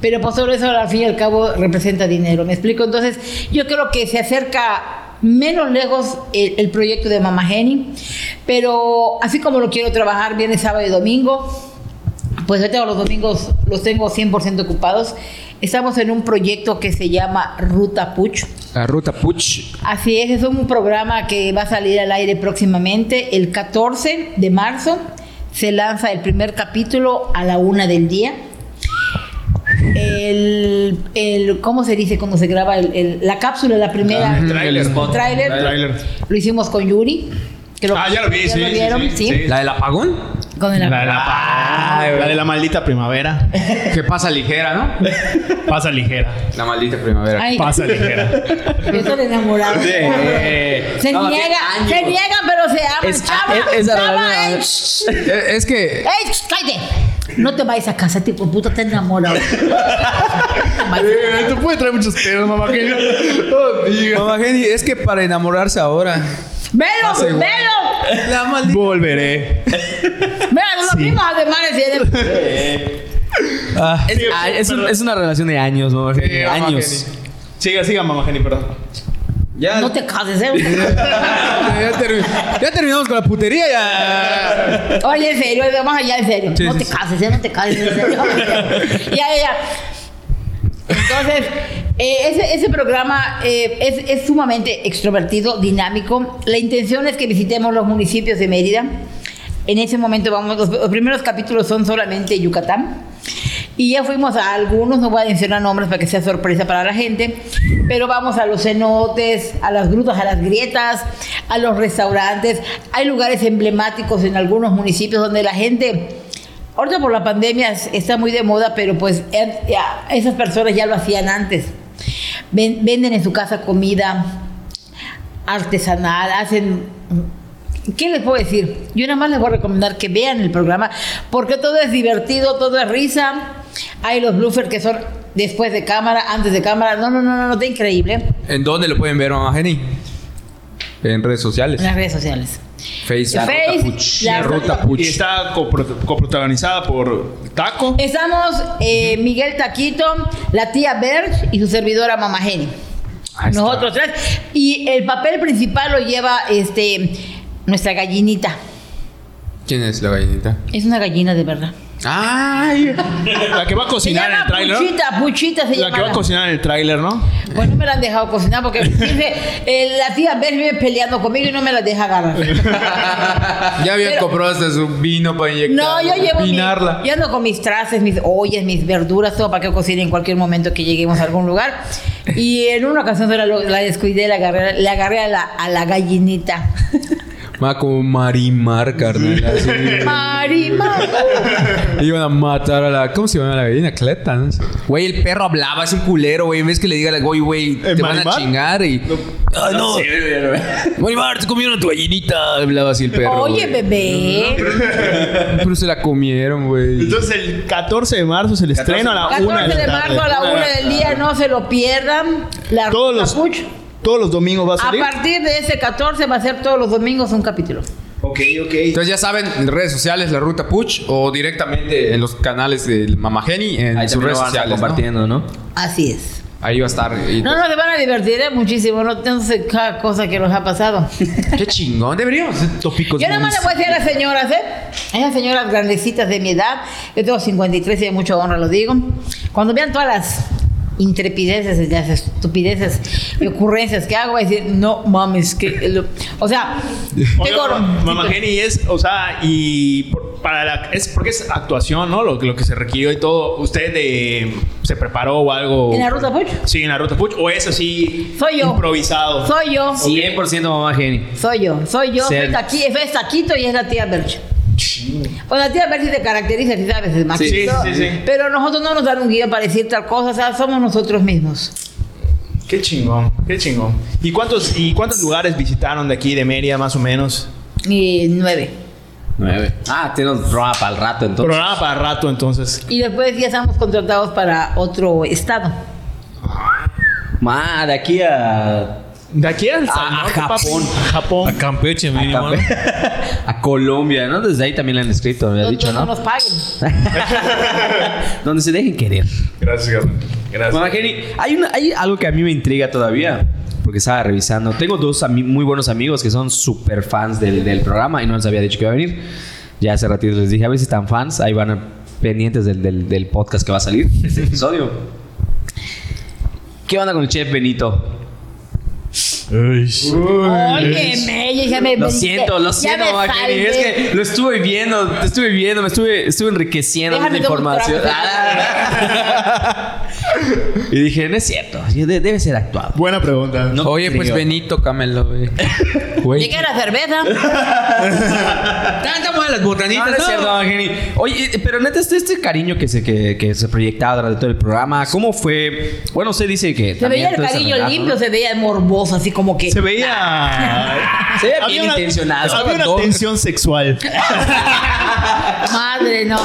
Speaker 4: Pero pues sobre eso, al fin y al cabo, representa dinero. ¿Me explico? Entonces, yo creo que se acerca menos lejos el, el proyecto de Mamá Jenny. Pero así como lo quiero trabajar viernes, sábado y domingo, pues yo tengo los domingos, los tengo 100% ocupados. Estamos en un proyecto que se llama Ruta Puch.
Speaker 1: La ruta Puch.
Speaker 4: Así es, es un programa que va a salir al aire próximamente. El 14 de marzo se lanza el primer capítulo a la una del día. El, el- ¿Cómo se dice cuando se graba el- el- la cápsula, la primera?
Speaker 2: Ah, el tráiler.
Speaker 4: tráiler.
Speaker 2: Tráiler.
Speaker 4: Lo hicimos con Yuri. que
Speaker 2: Ah, ya lo vi, sí, sí,
Speaker 4: vieron,
Speaker 2: sí, sí.
Speaker 1: ¿La del apagón?
Speaker 4: Con el-
Speaker 2: La de la, pa- la de la maldita primavera.
Speaker 1: Que pasa ligera, ¿no?
Speaker 2: Pasa ligera.
Speaker 1: La maldita primavera.
Speaker 4: Ay,
Speaker 2: Pasa ligera.
Speaker 4: yo estoy enamorada. Se
Speaker 5: No,
Speaker 4: niega,
Speaker 5: qué
Speaker 4: se
Speaker 5: años.
Speaker 4: niegan, pero se aman.
Speaker 5: Es-
Speaker 4: chava,
Speaker 5: es- esa
Speaker 4: chava,
Speaker 5: realidad.
Speaker 4: ey, shh,
Speaker 1: Eh, Es que
Speaker 4: ¡Ey, ch, cállate! No te vayas a casa, tipo puta, te enamorado.
Speaker 2: Te puede traer muchos pedos, mamá Geni. Oh, Dios.
Speaker 1: Mamá Jenny, es que para enamorarse ahora.
Speaker 4: ¡Velo!
Speaker 1: Hace
Speaker 4: ¡Velo!
Speaker 1: igual. La maldita.
Speaker 2: Volveré.
Speaker 4: ¡Mira, los mismos alemanes tienen!
Speaker 5: Ah, es, ah, es un- es una relación de años, mamá. Geni,
Speaker 1: Sí, mamá
Speaker 5: años.
Speaker 2: Siga, siga, mamá Geni, perdón.
Speaker 1: Ya,
Speaker 4: No te cases, ¿eh?
Speaker 1: ya, termi- ya terminamos con la putería. Ya.
Speaker 4: Oye, en serio, vamos allá, en serio.
Speaker 1: Sí,
Speaker 4: no
Speaker 1: sí,
Speaker 4: te
Speaker 1: sí.
Speaker 4: cases, ¿eh? No te cases, en serio. ya, ya, ya. Entonces, eh, ese, ese programa eh, es, es sumamente extrovertido, dinámico. La intención es que visitemos los municipios de Mérida. En ese momento vamos, los, los primeros capítulos son solamente Yucatán. Y ya fuimos a algunos, no voy a mencionar nombres para que sea sorpresa para la gente, pero vamos a los cenotes, a las grutas, a las grietas, a los restaurantes. Hay lugares emblemáticos en algunos municipios donde la gente, ahorita por la pandemia es- está muy de moda, pero pues eh, ya, esas personas ya lo hacían antes. Ven- venden en su casa comida artesanal, hacen... ¿Qué les puedo decir? Yo nada más les voy a recomendar que vean el programa, porque todo es divertido, todo es risa. Hay los bloopers que son después de cámara, antes de cámara. No, no, no, no, no, está increíble.
Speaker 1: ¿En dónde lo pueden ver, mamá Jenny? en redes sociales.
Speaker 4: En las redes sociales.
Speaker 1: Facebook.
Speaker 4: Face,
Speaker 1: La
Speaker 4: la-
Speaker 1: ruta
Speaker 2: Y
Speaker 1: Puch.
Speaker 2: está copro- coprotagonizada por Taco.
Speaker 4: Estamos eh, Miguel Taquito, la tía Berg y su servidora Mamá Jenny.
Speaker 1: Ahí está.
Speaker 4: Nosotros tres. Y el papel principal lo lleva este nuestra gallinita.
Speaker 1: ¿Quién es la gallinita?
Speaker 4: Es una gallina de verdad.
Speaker 1: ¡Ay!
Speaker 2: La que va a
Speaker 4: Se
Speaker 2: cocinar en
Speaker 4: llama
Speaker 2: el tráiler.
Speaker 4: Puchita, Puchita se
Speaker 2: La
Speaker 4: llama.
Speaker 2: que va a cocinar en el tráiler, ¿no?
Speaker 4: Pues no me la han dejado cocinar porque dice, eh, la tía Berg vive peleando conmigo y no me la deja agarrar.
Speaker 1: Ya habían
Speaker 4: Pero-
Speaker 1: comprado hasta su vino para inyectar.
Speaker 4: No, yo llevo mi,
Speaker 1: Pinarla.
Speaker 4: yo ando con mis traces, mis ollas, mis verduras, todo para que cocine en cualquier momento que lleguemos a algún lugar. Y en una ocasión la, la descuidé, la agarré, le agarré a la, a la gallinita.
Speaker 1: Va como marimar, carnal. así.
Speaker 4: Marima.
Speaker 1: Iban a matar a la. ¿Cómo se llama la gallina? Cleta, ¿no? Güey, el perro hablaba, es un culero, güey. En vez que le diga, güey, güey, te van a
Speaker 2: Marimar?
Speaker 1: chingar y. ¡Ah, no! Marimar, te comieron tu gallinita. Hablaba así el perro.
Speaker 4: Oye,
Speaker 1: güey.
Speaker 4: bebé.
Speaker 1: Pero se la comieron, güey.
Speaker 2: Entonces el 14 de marzo es el estreno a la 1
Speaker 4: 14 de marzo a la una del día, no se lo pierdan. La
Speaker 2: Todos los,
Speaker 4: Ruta Puch. Ah,
Speaker 2: todos los domingos va a
Speaker 4: A
Speaker 2: salir.
Speaker 4: partir de ese 14 va a ser todos los domingos un capítulo.
Speaker 6: Ok, ok.
Speaker 1: Entonces ya saben, en redes sociales, la ruta Puch, o directamente en los canales de Mamageni, en
Speaker 5: Ahí
Speaker 1: sus redes
Speaker 5: también lo van a estar
Speaker 1: sociales. ¿no?
Speaker 5: compartiendo, ¿no?
Speaker 4: Así es.
Speaker 1: Ahí va a estar. y- pues
Speaker 4: No, no, se van a divertir ¿eh? muchísimo. No, no sé cada cosa que nos ha pasado.
Speaker 1: Qué chingón, deberíamos ser tópicos.
Speaker 4: Yo nada más le voy a decir a las señoras, ¿eh? A las señoras grandecitas de mi edad, yo tengo 53 y de mucha honra lo digo. Cuando vean todas las intrepideces, y las estupideces y ocurrencias que hago, voy a decir, no mames, que. lo- O sea,
Speaker 2: Oye,
Speaker 4: tengo-
Speaker 2: ma- Mamá Jenny es, o sea, y por- para la, es porque es actuación, ¿no? Lo, que- lo que se requirió y todo. ¿Usted eh, se preparó o algo?
Speaker 4: ¿En la ruta Puch?
Speaker 2: Sí, en la ruta Puch. ¿O es así?
Speaker 4: Soy yo.
Speaker 2: Improvisado.
Speaker 4: Soy yo,
Speaker 5: 100% mamá Jenny.
Speaker 4: soy yo, soy yo,
Speaker 5: Ser-
Speaker 4: soy taqui, es taquito y es la tía Berch. Pues la tía Berch te caracteriza, si sabes, es más.
Speaker 2: Sí, sí, sí, sí.
Speaker 4: Pero nosotros no nos dan un guía para decir tal cosa, o sea, somos nosotros mismos.
Speaker 2: Qué chingón, qué chingón. ¿Y cuántos, ¿Y cuántos lugares visitaron de aquí, de Mérida, más o menos?
Speaker 4: Y nueve.
Speaker 5: 9. Ah, tiene un rap al rato entonces.
Speaker 2: Programa para rato, entonces.
Speaker 4: Y después ya estamos contratados para otro estado.
Speaker 5: Ma, de aquí a.
Speaker 2: ¿De aquí
Speaker 1: Ah,
Speaker 2: al
Speaker 5: A- a
Speaker 2: norte, papi.
Speaker 5: Japón.
Speaker 2: A Japón.
Speaker 7: A Campeche, mi hermano.
Speaker 5: a Colombia, ¿no? Desde ahí también le han escrito, me ha
Speaker 4: No-
Speaker 5: dicho,
Speaker 4: no,
Speaker 5: ¿no?
Speaker 4: nos paguen.
Speaker 5: Donde se dejen querer.
Speaker 6: Gracias, carnal. Gracias.
Speaker 5: Mamá Jenny, hay, una- hay algo que a mí me intriga todavía. Porque estaba revisando. Tengo dos ami- muy buenos amigos que son super fans del, del programa y no les había dicho que iba a venir. Ya hace ratito les dije, a ver si están fans. Ahí van a- pendientes del, del- del podcast que va a salir, de este episodio. ¿Qué onda con el chef Benito?
Speaker 4: Óyeme, ella ya me
Speaker 5: Lo
Speaker 4: vendiste.
Speaker 5: siento, lo
Speaker 4: Ya
Speaker 5: siento,
Speaker 4: me
Speaker 5: mamá Jenny. Es
Speaker 4: salvé.
Speaker 5: que lo estuve viendo, te estuve viendo, me estuve, estuve enriqueciendo de
Speaker 4: Déjame tomar un
Speaker 5: información.
Speaker 4: trago.
Speaker 5: Ah. y dije, no es cierto, de- debe ser actuado.
Speaker 2: Buena pregunta.
Speaker 5: No
Speaker 1: Oye, pues
Speaker 5: creo.
Speaker 1: Benito Camelo, güey.
Speaker 4: ¿De
Speaker 1: Güey.
Speaker 4: qué era cerveza?
Speaker 5: Tanta buena las botanitas. No, no es
Speaker 1: ¿no?
Speaker 5: cierto, mamá Jenny. Oye, eh, pero neta, este, este cariño que se, que, que se proyectaba durante todo el programa, ¿cómo fue? Bueno, usted dice que.
Speaker 4: Se veía el cariño limpio, se veía morboso, así como que.
Speaker 2: Se veía.
Speaker 5: Se veía
Speaker 2: Había
Speaker 5: bien
Speaker 2: una-
Speaker 5: intencionado.
Speaker 2: Había una tensión sexual.
Speaker 4: Madre, no.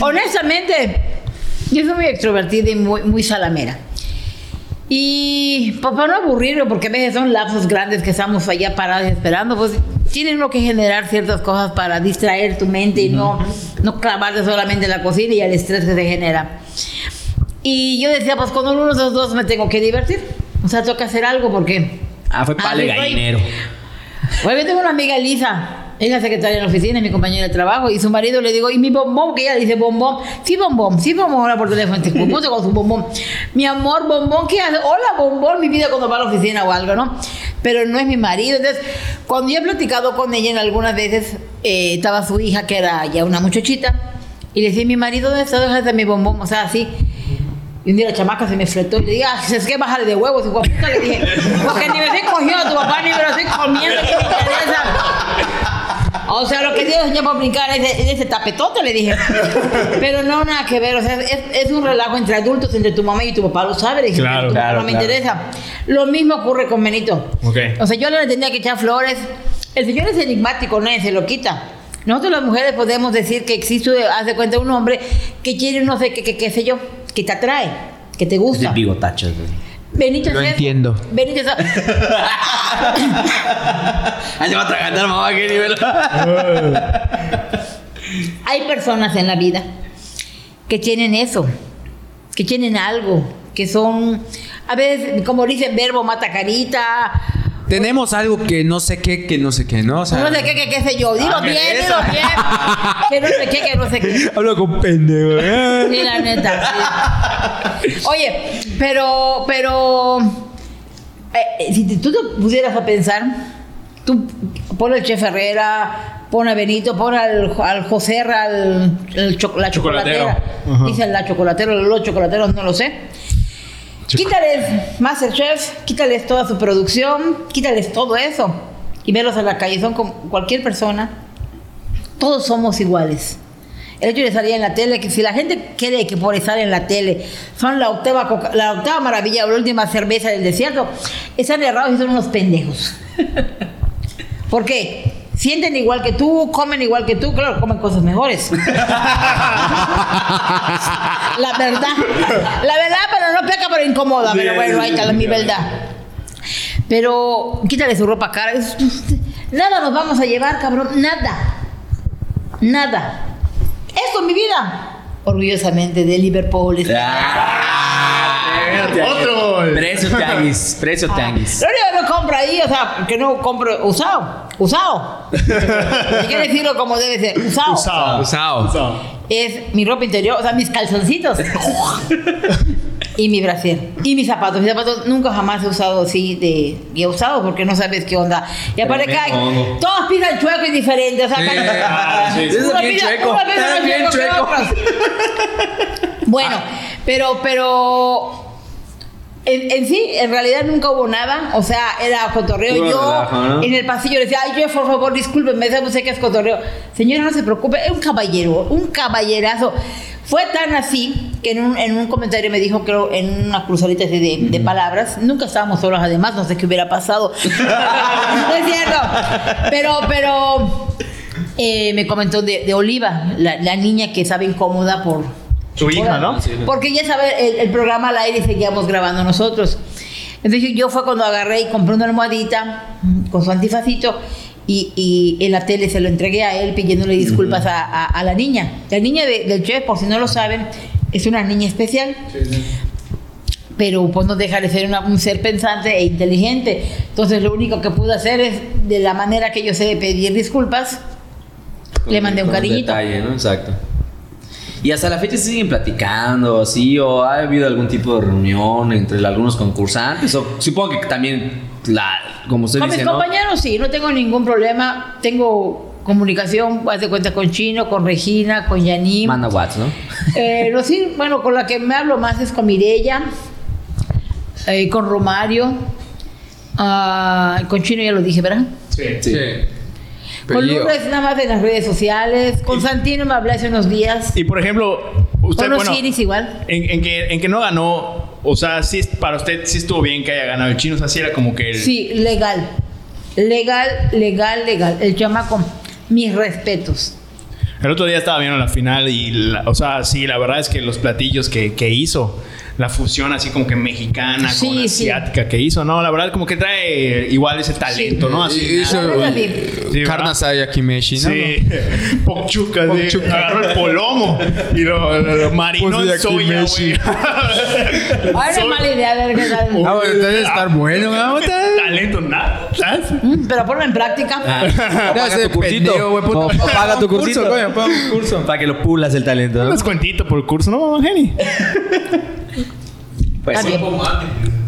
Speaker 4: Honestamente, yo soy muy extrovertida y muy, muy salamera. Y pues, para no aburrirlo, porque a veces son lapsos grandes que estamos allá parados esperando, pues tienen uno que generar ciertas cosas para distraer tu mente y no, no clavarte solamente en la cocina y al estrés que se genera. Y yo decía, pues con uno de esos dos me tengo que divertir. O sea, toca hacer algo porque...
Speaker 5: Ah, fue
Speaker 4: Ah,
Speaker 5: pale
Speaker 4: mi rey.
Speaker 5: gallinero.
Speaker 4: Bueno, yo tengo una amiga Elisa, es la secretaria de la oficina, es mi compañera de trabajo, y su marido le digo, y mi bombón, que ella dice bombón, sí bombón, sí bombón, ahora por teléfono, Este, te conjunto con su bombón. Mi amor, bombón, ¿qué hace? Hola, bombón, mi vida cuando va a la oficina o algo, ¿no? Pero no es mi marido. Entonces, cuando yo he platicado con ella en algunas veces, eh, estaba su hija, que era ya una muchachita, y le decía, mi marido, ¿dónde está? ¿Dónde está mi bombón? O sea, así. Y un día la chamaca se me fletó y le dije, ah, es que bájale de huevos, hijo de puta. Le dije, porque ni me estoy cogiendo a tu papá, ni me lo estoy comiendo, ¿qué me interesa? O sea, lo que Dios enseñó para brincar es de- es de ese tapetote, le dije. Pero no, nada que ver, o sea, es, es un relajo entre adultos, entre tu mamá y tu papá, lo sabe. Le dije,
Speaker 2: Claro,
Speaker 4: tu papá
Speaker 5: claro,
Speaker 4: no me
Speaker 5: claro.
Speaker 4: interesa. Lo mismo ocurre con Benito.
Speaker 2: Ok.
Speaker 4: O sea, yo no le tenía que echar flores. El señor es enigmático, nadie se lo quita. Nosotros las mujeres podemos decir que existe, haz de cuenta, un hombre que quiere, no sé, qué, qué- qué sé yo, que te atrae, que te
Speaker 5: Es de
Speaker 4: gusta.
Speaker 5: bigotachas, güey.
Speaker 4: Benito
Speaker 3: No
Speaker 4: Cesco.
Speaker 3: entiendo.
Speaker 4: Benito Cesco.
Speaker 5: Ahí va a tragantar, mamá, qué nivel.
Speaker 4: Hay personas en la vida que tienen eso, que tienen algo, que son, a veces, como dicen, verbo mata carita,
Speaker 1: Tenemos algo que no sé qué, que no sé qué, ¿no? O sea,
Speaker 4: no sé qué, que qué sé yo, digo bien, digo bien, que no sé qué, que no sé qué.
Speaker 5: Hablo con pendejo, ¿eh?
Speaker 4: Sí, la neta, sí. Oye, pero, pero, eh, eh, si te- tú te pusieras a pensar, tú pon al Che Ferrera, pon a Benito, pon al, al José, al, al cho- la chocolatera. Dicen la chocolatera, los chocolateros, no lo sé. Quítales Masterchef, quítales toda su producción, quítales todo eso y verlos a la calle. Son como cualquier persona. Todos somos iguales. El hecho de salir en la tele, que si la gente cree que por estar en la tele son la octava, coca- la octava maravilla o la última cerveza del desierto, están errados y son unos pendejos. ¿Por qué? Sienten igual que tú, comen igual que tú, claro, comen cosas mejores. La verdad. La verdad, pero no peca, pero incomoda. Pero bueno, ahí está la- mi verdad. Pero quítale su ropa cara. Es- Nada nos vamos a llevar, cabrón. Nada. Nada. Esto es mi vida. Orgullosamente de Liverpool.
Speaker 2: Otro gol.
Speaker 5: Precio tanguis, precio tanguis.
Speaker 4: Lo único que no compro ahí, o sea, que no compro usado. Usado. Hay que decirlo como debe ser. Usado.
Speaker 2: Usado.
Speaker 1: usado.
Speaker 2: Usado.
Speaker 4: Es mi ropa interior, o sea, mis calzoncitos. y mi brasier. Y mis zapatos. Mis zapatos nunca jamás he usado así de. Y he usado porque no sabes qué onda. Y aparte,
Speaker 5: Tremendo
Speaker 4: cada-
Speaker 5: hongo.
Speaker 4: todos pisan chueco y diferente. O sea,
Speaker 1: Sí,
Speaker 4: cada-
Speaker 1: ah, sí, sí.
Speaker 4: uno
Speaker 5: Eso es bien
Speaker 4: pisa-
Speaker 5: chueco,
Speaker 4: uno pisa
Speaker 5: eso es
Speaker 4: más
Speaker 5: bien
Speaker 4: chueco que
Speaker 5: chueco. Ah.
Speaker 4: otros. bueno, pero, pero. En, en sí, en realidad nunca hubo nada. O sea, era cotorreo.
Speaker 5: Puro
Speaker 4: yo
Speaker 5: relajo, ¿no?
Speaker 4: en el pasillo le decía, ay, yo por favor, discúlpeme, esa música es cotorreo. Señora, no se preocupe, es un caballero, un caballerazo. Fue tan así que en un, en un comentario me dijo, creo, en una cruzadita así de, de palabras, nunca estábamos solos además, no sé qué hubiera pasado. no es cierto. Pero, pero, eh, me comentó de, de Oliva, la, la niña que estaba incómoda por,
Speaker 2: Su hija,
Speaker 4: Hola.
Speaker 2: ¿no?
Speaker 4: Porque ya sabes, el, el programa al aire seguíamos grabando nosotros. Entonces yo fue cuando agarré y compré una almohadita mm, con su antifacito y, y en la tele se lo entregué a él pidiéndole disculpas a, a- a la niña. La niña de- del chef, por si no lo saben, es una niña especial pero pues no deja de ser una- un ser pensante e inteligente. Entonces lo único que pude hacer es, de la manera que yo sé pedir disculpas, le mandé un
Speaker 5: Con
Speaker 4: cariñito.
Speaker 5: detalle, ¿no? Exacto. Y hasta la fecha siguen platicando, así, o ha habido algún tipo de reunión entre algunos concursantes, o supongo que también, la, como usted
Speaker 4: Con
Speaker 5: dice,
Speaker 4: mis
Speaker 5: ¿no?
Speaker 4: compañeros sí, no tengo ningún problema. Tengo comunicación, haz de cuenta, con Chino, con Regina, con Yanim.
Speaker 5: Manda Watts, ¿no?
Speaker 4: Eh, no, sí, bueno, con la que me hablo más es con Mirella, eh, con Romario, ah, con Chino ya lo dije, ¿verdad?
Speaker 1: Sí.
Speaker 4: con
Speaker 1: Pero-
Speaker 4: Lourdes nada más en las redes sociales, con Santino me hablé hace unos días,
Speaker 2: Y por ejemplo, usted,
Speaker 4: con los
Speaker 2: bueno,
Speaker 4: Iris igual.
Speaker 2: en, en que, en que no ganó, o sea, sí, es- para usted sí estuvo bien que haya ganado el chino, o sea, sí era como que el...
Speaker 4: Sí, legal, legal, legal, legal. El chamaco, mis respetos.
Speaker 2: El otro día estaba viendo la final y, la- o sea, sí, la verdad es que los platillos que, que hizo, la fusión así como que mexicana con
Speaker 4: Sí, sí.
Speaker 2: asiática que hizo, no, la verdad como que trae igual ese talento, ¿no? Así,
Speaker 1: Y- hizo-
Speaker 4: La neta, sí.
Speaker 2: Sí,
Speaker 1: carne
Speaker 2: ¿verdad?
Speaker 1: asada y akimeshi, ¿no?
Speaker 2: Sí, Pochuca, sí.
Speaker 1: Pochuca.
Speaker 2: Agarró el polomo y lo, lo- lo marinó
Speaker 1: Puso Pues de
Speaker 2: en
Speaker 1: aquí
Speaker 2: soya,
Speaker 1: Messi.
Speaker 2: güey.
Speaker 4: Ahora es
Speaker 2: Soy-
Speaker 4: mala idea, a ver qué tal.
Speaker 1: Ah, bueno, debe estar bueno, ¿no?
Speaker 2: Talento, nada. ¿sabes?
Speaker 4: Mm, Pero ponlo en práctica.
Speaker 1: Ah. Paga tu cursito.
Speaker 5: O, o paga tu cursito.
Speaker 1: coño, paga un
Speaker 5: curso. Para que lo pulas el talento, ¿no?
Speaker 2: Un descuentito Pues por curso, ¿no, Geni?
Speaker 5: Pues sí.
Speaker 1: Cuerpo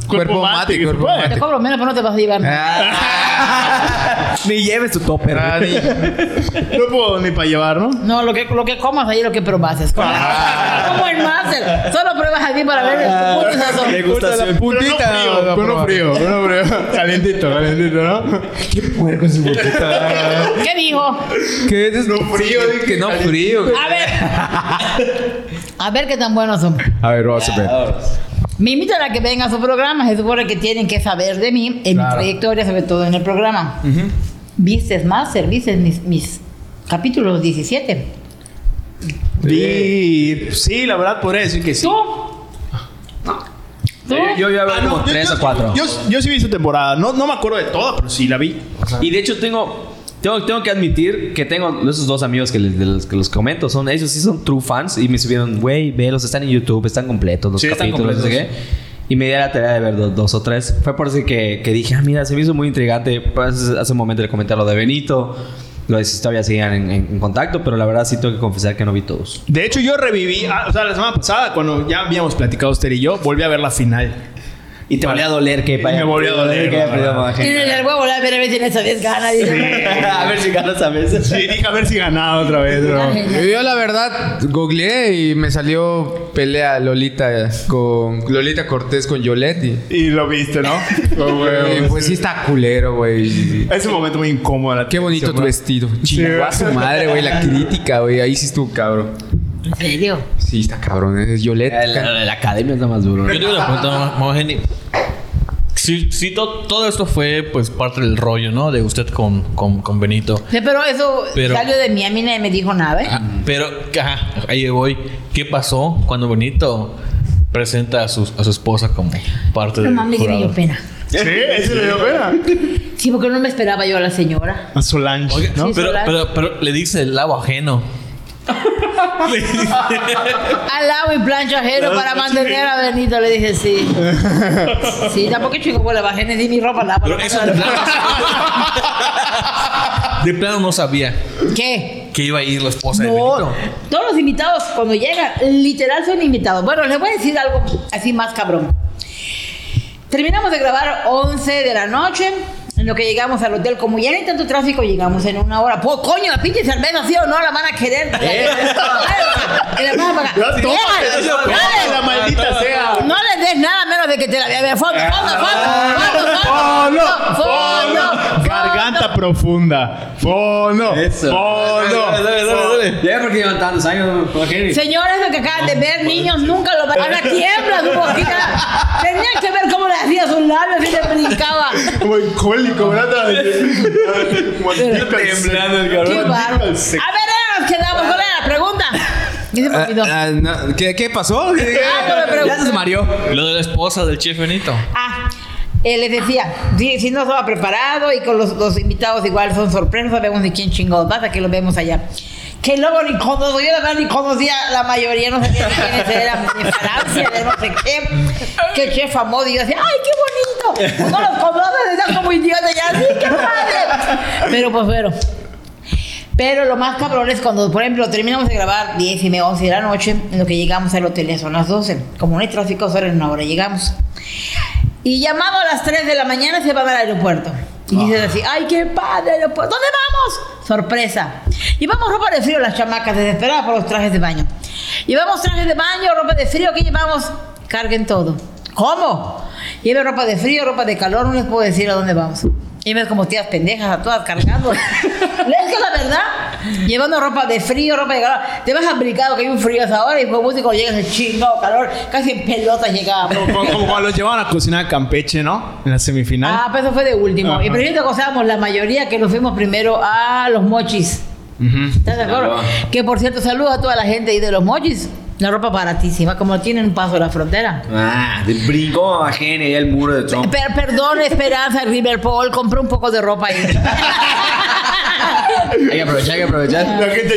Speaker 2: Cuerpo pues. mate,
Speaker 1: mate,
Speaker 2: que se
Speaker 1: cuerpo
Speaker 2: puede.
Speaker 1: mate.
Speaker 4: Te cobro menos, pero no te vas a llevar.
Speaker 1: Ah.
Speaker 4: nada.
Speaker 5: Ni lleves tu topper.
Speaker 2: No puedo ni para llevar, ¿no?
Speaker 4: No, lo que, lo que comas ahí es lo que probases. Como en Master. Solo pruebas aquí para ver tu punto de sazón.
Speaker 5: Le gusta hacer
Speaker 1: Puntita, no,
Speaker 2: pero no frío, pero no
Speaker 1: probar.
Speaker 2: frío, pero no frío. Calentito, calentito, ¿no?
Speaker 4: ¿Qué dijo? A
Speaker 1: ¿Qué es
Speaker 2: No frío, dije.
Speaker 1: Que no frío.
Speaker 4: ver. A ver qué tan buenos son.
Speaker 1: A ver, vamos a ver.
Speaker 4: Me invitan a que venga a su programa. Se supone que tienen que saber de mí en mi
Speaker 1: Claro.
Speaker 4: trayectoria, sobre todo en el programa. Viste Master, viste mis, mis capítulos 17.
Speaker 2: Sí, sí, la verdad podría decir que sí.
Speaker 4: ¿Tú? ¿Tú?
Speaker 5: Yo ya veo
Speaker 2: Ah,
Speaker 5: como
Speaker 2: no, yo-
Speaker 5: tres
Speaker 2: yo-
Speaker 5: o cuatro.
Speaker 2: Yo, yo sí vi esa temporada. No, no me acuerdo de toda, pero sí la vi.
Speaker 5: Y de hecho tengo, tengo, tengo que admitir que tengo esos dos amigos que les, de los que los comento, son ellos sí son true fans y me subieron, güey, velos, están en YouTube, están completos los
Speaker 6: Sí, están
Speaker 5: capítulos, no sé qué.
Speaker 6: completos.
Speaker 5: Y me di a la tarea de ver dos, dos o tres. Fue por eso que, que dije, ah, mira, se me hizo muy intrigante. Pues, hace un momento le comenté lo de Benito, lo de si todavía seguían en, en- en contacto, pero la verdad sí tengo que confesar que no vi todos.
Speaker 2: De hecho, yo reviví, ah, o sea, la semana pasada, cuando ya habíamos platicado usted y yo, volví a ver la final.
Speaker 5: Y te volvió a doler que...
Speaker 2: me volvió a doler,
Speaker 5: que haya
Speaker 2: la
Speaker 5: perdido
Speaker 2: verdad.
Speaker 5: más
Speaker 4: Y
Speaker 5: gente.
Speaker 4: uno ya voy a volar, pero a ver si en esa vez gana. dice.
Speaker 5: a ver si ganas a veces.
Speaker 2: Sí, dije a ver si ganaba otra vez, bro.
Speaker 1: Yo la verdad googleé y me salió pelea Lolita con Lolita Cortés con Yoletti.
Speaker 2: Y lo viste, ¿no? Oh, güey.
Speaker 1: pues sí está culero, güey.
Speaker 2: Es un momento muy incómodo. la
Speaker 1: Qué bonito
Speaker 2: televisión,
Speaker 1: tu
Speaker 2: bro.
Speaker 1: vestido.
Speaker 2: Sí,
Speaker 1: Chingó a su
Speaker 2: güey.
Speaker 1: madre, güey. La crítica, güey. Ahí sí estuvo cabrón.
Speaker 4: ¿En serio?
Speaker 1: Sí, está cabrón. Es Yolette.
Speaker 5: La, la academia es la más duro.
Speaker 3: Yo tengo una pregunta más, más genio. Sí, sí, to- todo esto fue pues parte del rollo, ¿no? De usted con, con, con Benito.
Speaker 4: Sí, pero eso
Speaker 3: Pero-
Speaker 4: salió de mí, a mí nadie me dijo nada, ¿eh?
Speaker 3: Ah, pero, ajá, ahí voy. ¿Qué pasó cuando Benito presenta a su, a su esposa como parte
Speaker 4: No
Speaker 3: del
Speaker 4: mames, que me dio
Speaker 3: jurado?
Speaker 4: pena.
Speaker 2: Sí, ese le dio pena.
Speaker 4: Sí, porque no me esperaba yo a la señora.
Speaker 2: A Solange.
Speaker 3: Oiga,
Speaker 2: ¿no?
Speaker 4: Sí,
Speaker 3: pero,
Speaker 4: Solange.
Speaker 3: pero, pero le dice el agua ajeno. Le dice-
Speaker 4: Al agua y planchajero para mantener a Benito, le dije sí. Sí, tampoco chingo con la bajé, ni di mi ropa al agua.
Speaker 3: pero eso de plano. de plano no sabía
Speaker 4: ¿Qué?
Speaker 3: que iba a ir la esposa de
Speaker 4: No,
Speaker 3: Benito.
Speaker 4: todos los invitados cuando llegan, literal son invitados. Bueno, les voy a decir algo así más cabrón. Terminamos de grabar 11 de la noche. En lo que llegamos al hotel, como ya no hay tanto tráfico, llegamos en una hora. ¡Po, coño, la pinche cerveza, sí o no! La van a querer. Y la van a pagar.
Speaker 2: Ya, tómate,
Speaker 4: Déjala,
Speaker 2: esa
Speaker 4: dale.
Speaker 2: la maldita sea.
Speaker 4: No le des nada menos de que te la vea. Ve, Fondo, fondo, fondo,
Speaker 2: Fondo,
Speaker 4: fondo, fondo, fondo, fondo.
Speaker 2: Ah, Garganta profunda. Fondo.
Speaker 5: Eso.
Speaker 2: Fondo.
Speaker 5: Ya porque llevan tantos años, Jorge.
Speaker 4: Señores, lo que acaban de ver, niños, nunca lo van a ver. tiemblan un poquito. Tenían que ver cómo le hacía sus labios y le brincaba.
Speaker 2: Como alcohólico, ¿verdad? Maldita
Speaker 6: Temblando el cabrón.
Speaker 4: Qué bárbaro. A ver, ahora nos quedamos. ¿Cuál era la pregunta? Y se me
Speaker 1: Ah,
Speaker 4: olvidó.
Speaker 1: ah, no, ¿Qué, qué pasó?
Speaker 4: Ah, no me preguntes.
Speaker 5: Ya se mareó.
Speaker 3: Lo de la esposa del chef Benito.
Speaker 4: Ah, eh, les decía, si, si no estaba preparado y con los, los invitados igual son sorpresas, sabemos de quién chingados va, hasta que los vemos allá. Que luego ni conozco, yo la verdad ni conocía la mayoría, no sabía de quiénes eran, de Francia, de no sé qué, que chef famoso, y yo decía, ¡ay, qué bonito! No los conoces, están como idiotas, ya, ¡sí, qué padre! Pero pues bueno. Pero lo más cabrón es cuando, por ejemplo, terminamos de grabar 10 y media, 11 de la noche, en lo que llegamos al hotel ya son las 12. Como no hay tráfico, solo en una hora llegamos. Y llamado a las 3 de la mañana se van al aeropuerto. Y dices así, ay, qué padre aeropuerto. ¿Dónde vamos? Sorpresa. Llevamos ropa de frío las chamacas, desesperadas por los trajes de baño. Llevamos trajes de baño, ropa de frío, ¿qué llevamos? Carguen todo. ¿Cómo? Lleve ropa de frío, ropa de calor, no les puedo decir a dónde vamos. Y ves como tías pendejas a todas cargando. es que la verdad, llevando ropa de frío, ropa de calor. Te vas abrigado que hay un frío hasta ahora y pues, vos, y cuando llegas el chingado calor, casi en pelotas llegábamos.
Speaker 2: Como, como cuando los llevaban a cocinar a Campeche, ¿no? En la semifinal.
Speaker 4: Ah, pero eso fue de último.
Speaker 2: Ajá.
Speaker 4: Y pero yo gozamos la mayoría que nos fuimos primero a los mochis. ¿Estás de acuerdo?
Speaker 5: ah.
Speaker 4: Que por cierto, saludos a toda la gente ahí de los mochis. La ropa baratísima, como tienen un paso a la frontera.
Speaker 5: Ah, de- brincó a Gene y el muro de Trump.
Speaker 4: Per- perdón, Esperanza, River Paul, compré un poco de ropa ahí.
Speaker 5: Hay que aprovechar, hay que aprovechar.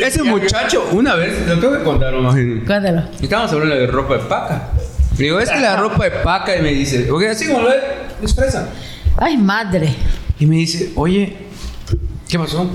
Speaker 1: Ese muchacho, una vez, lo tengo que contar, imagino.
Speaker 4: Cuéntalo.
Speaker 1: Estábamos hablando de ropa de paca. Le digo, es que la ropa de paca. Y me dice, ok, así como lo es, es fresa.
Speaker 4: Ay, madre.
Speaker 1: Y me dice, oye, ¿qué pasó?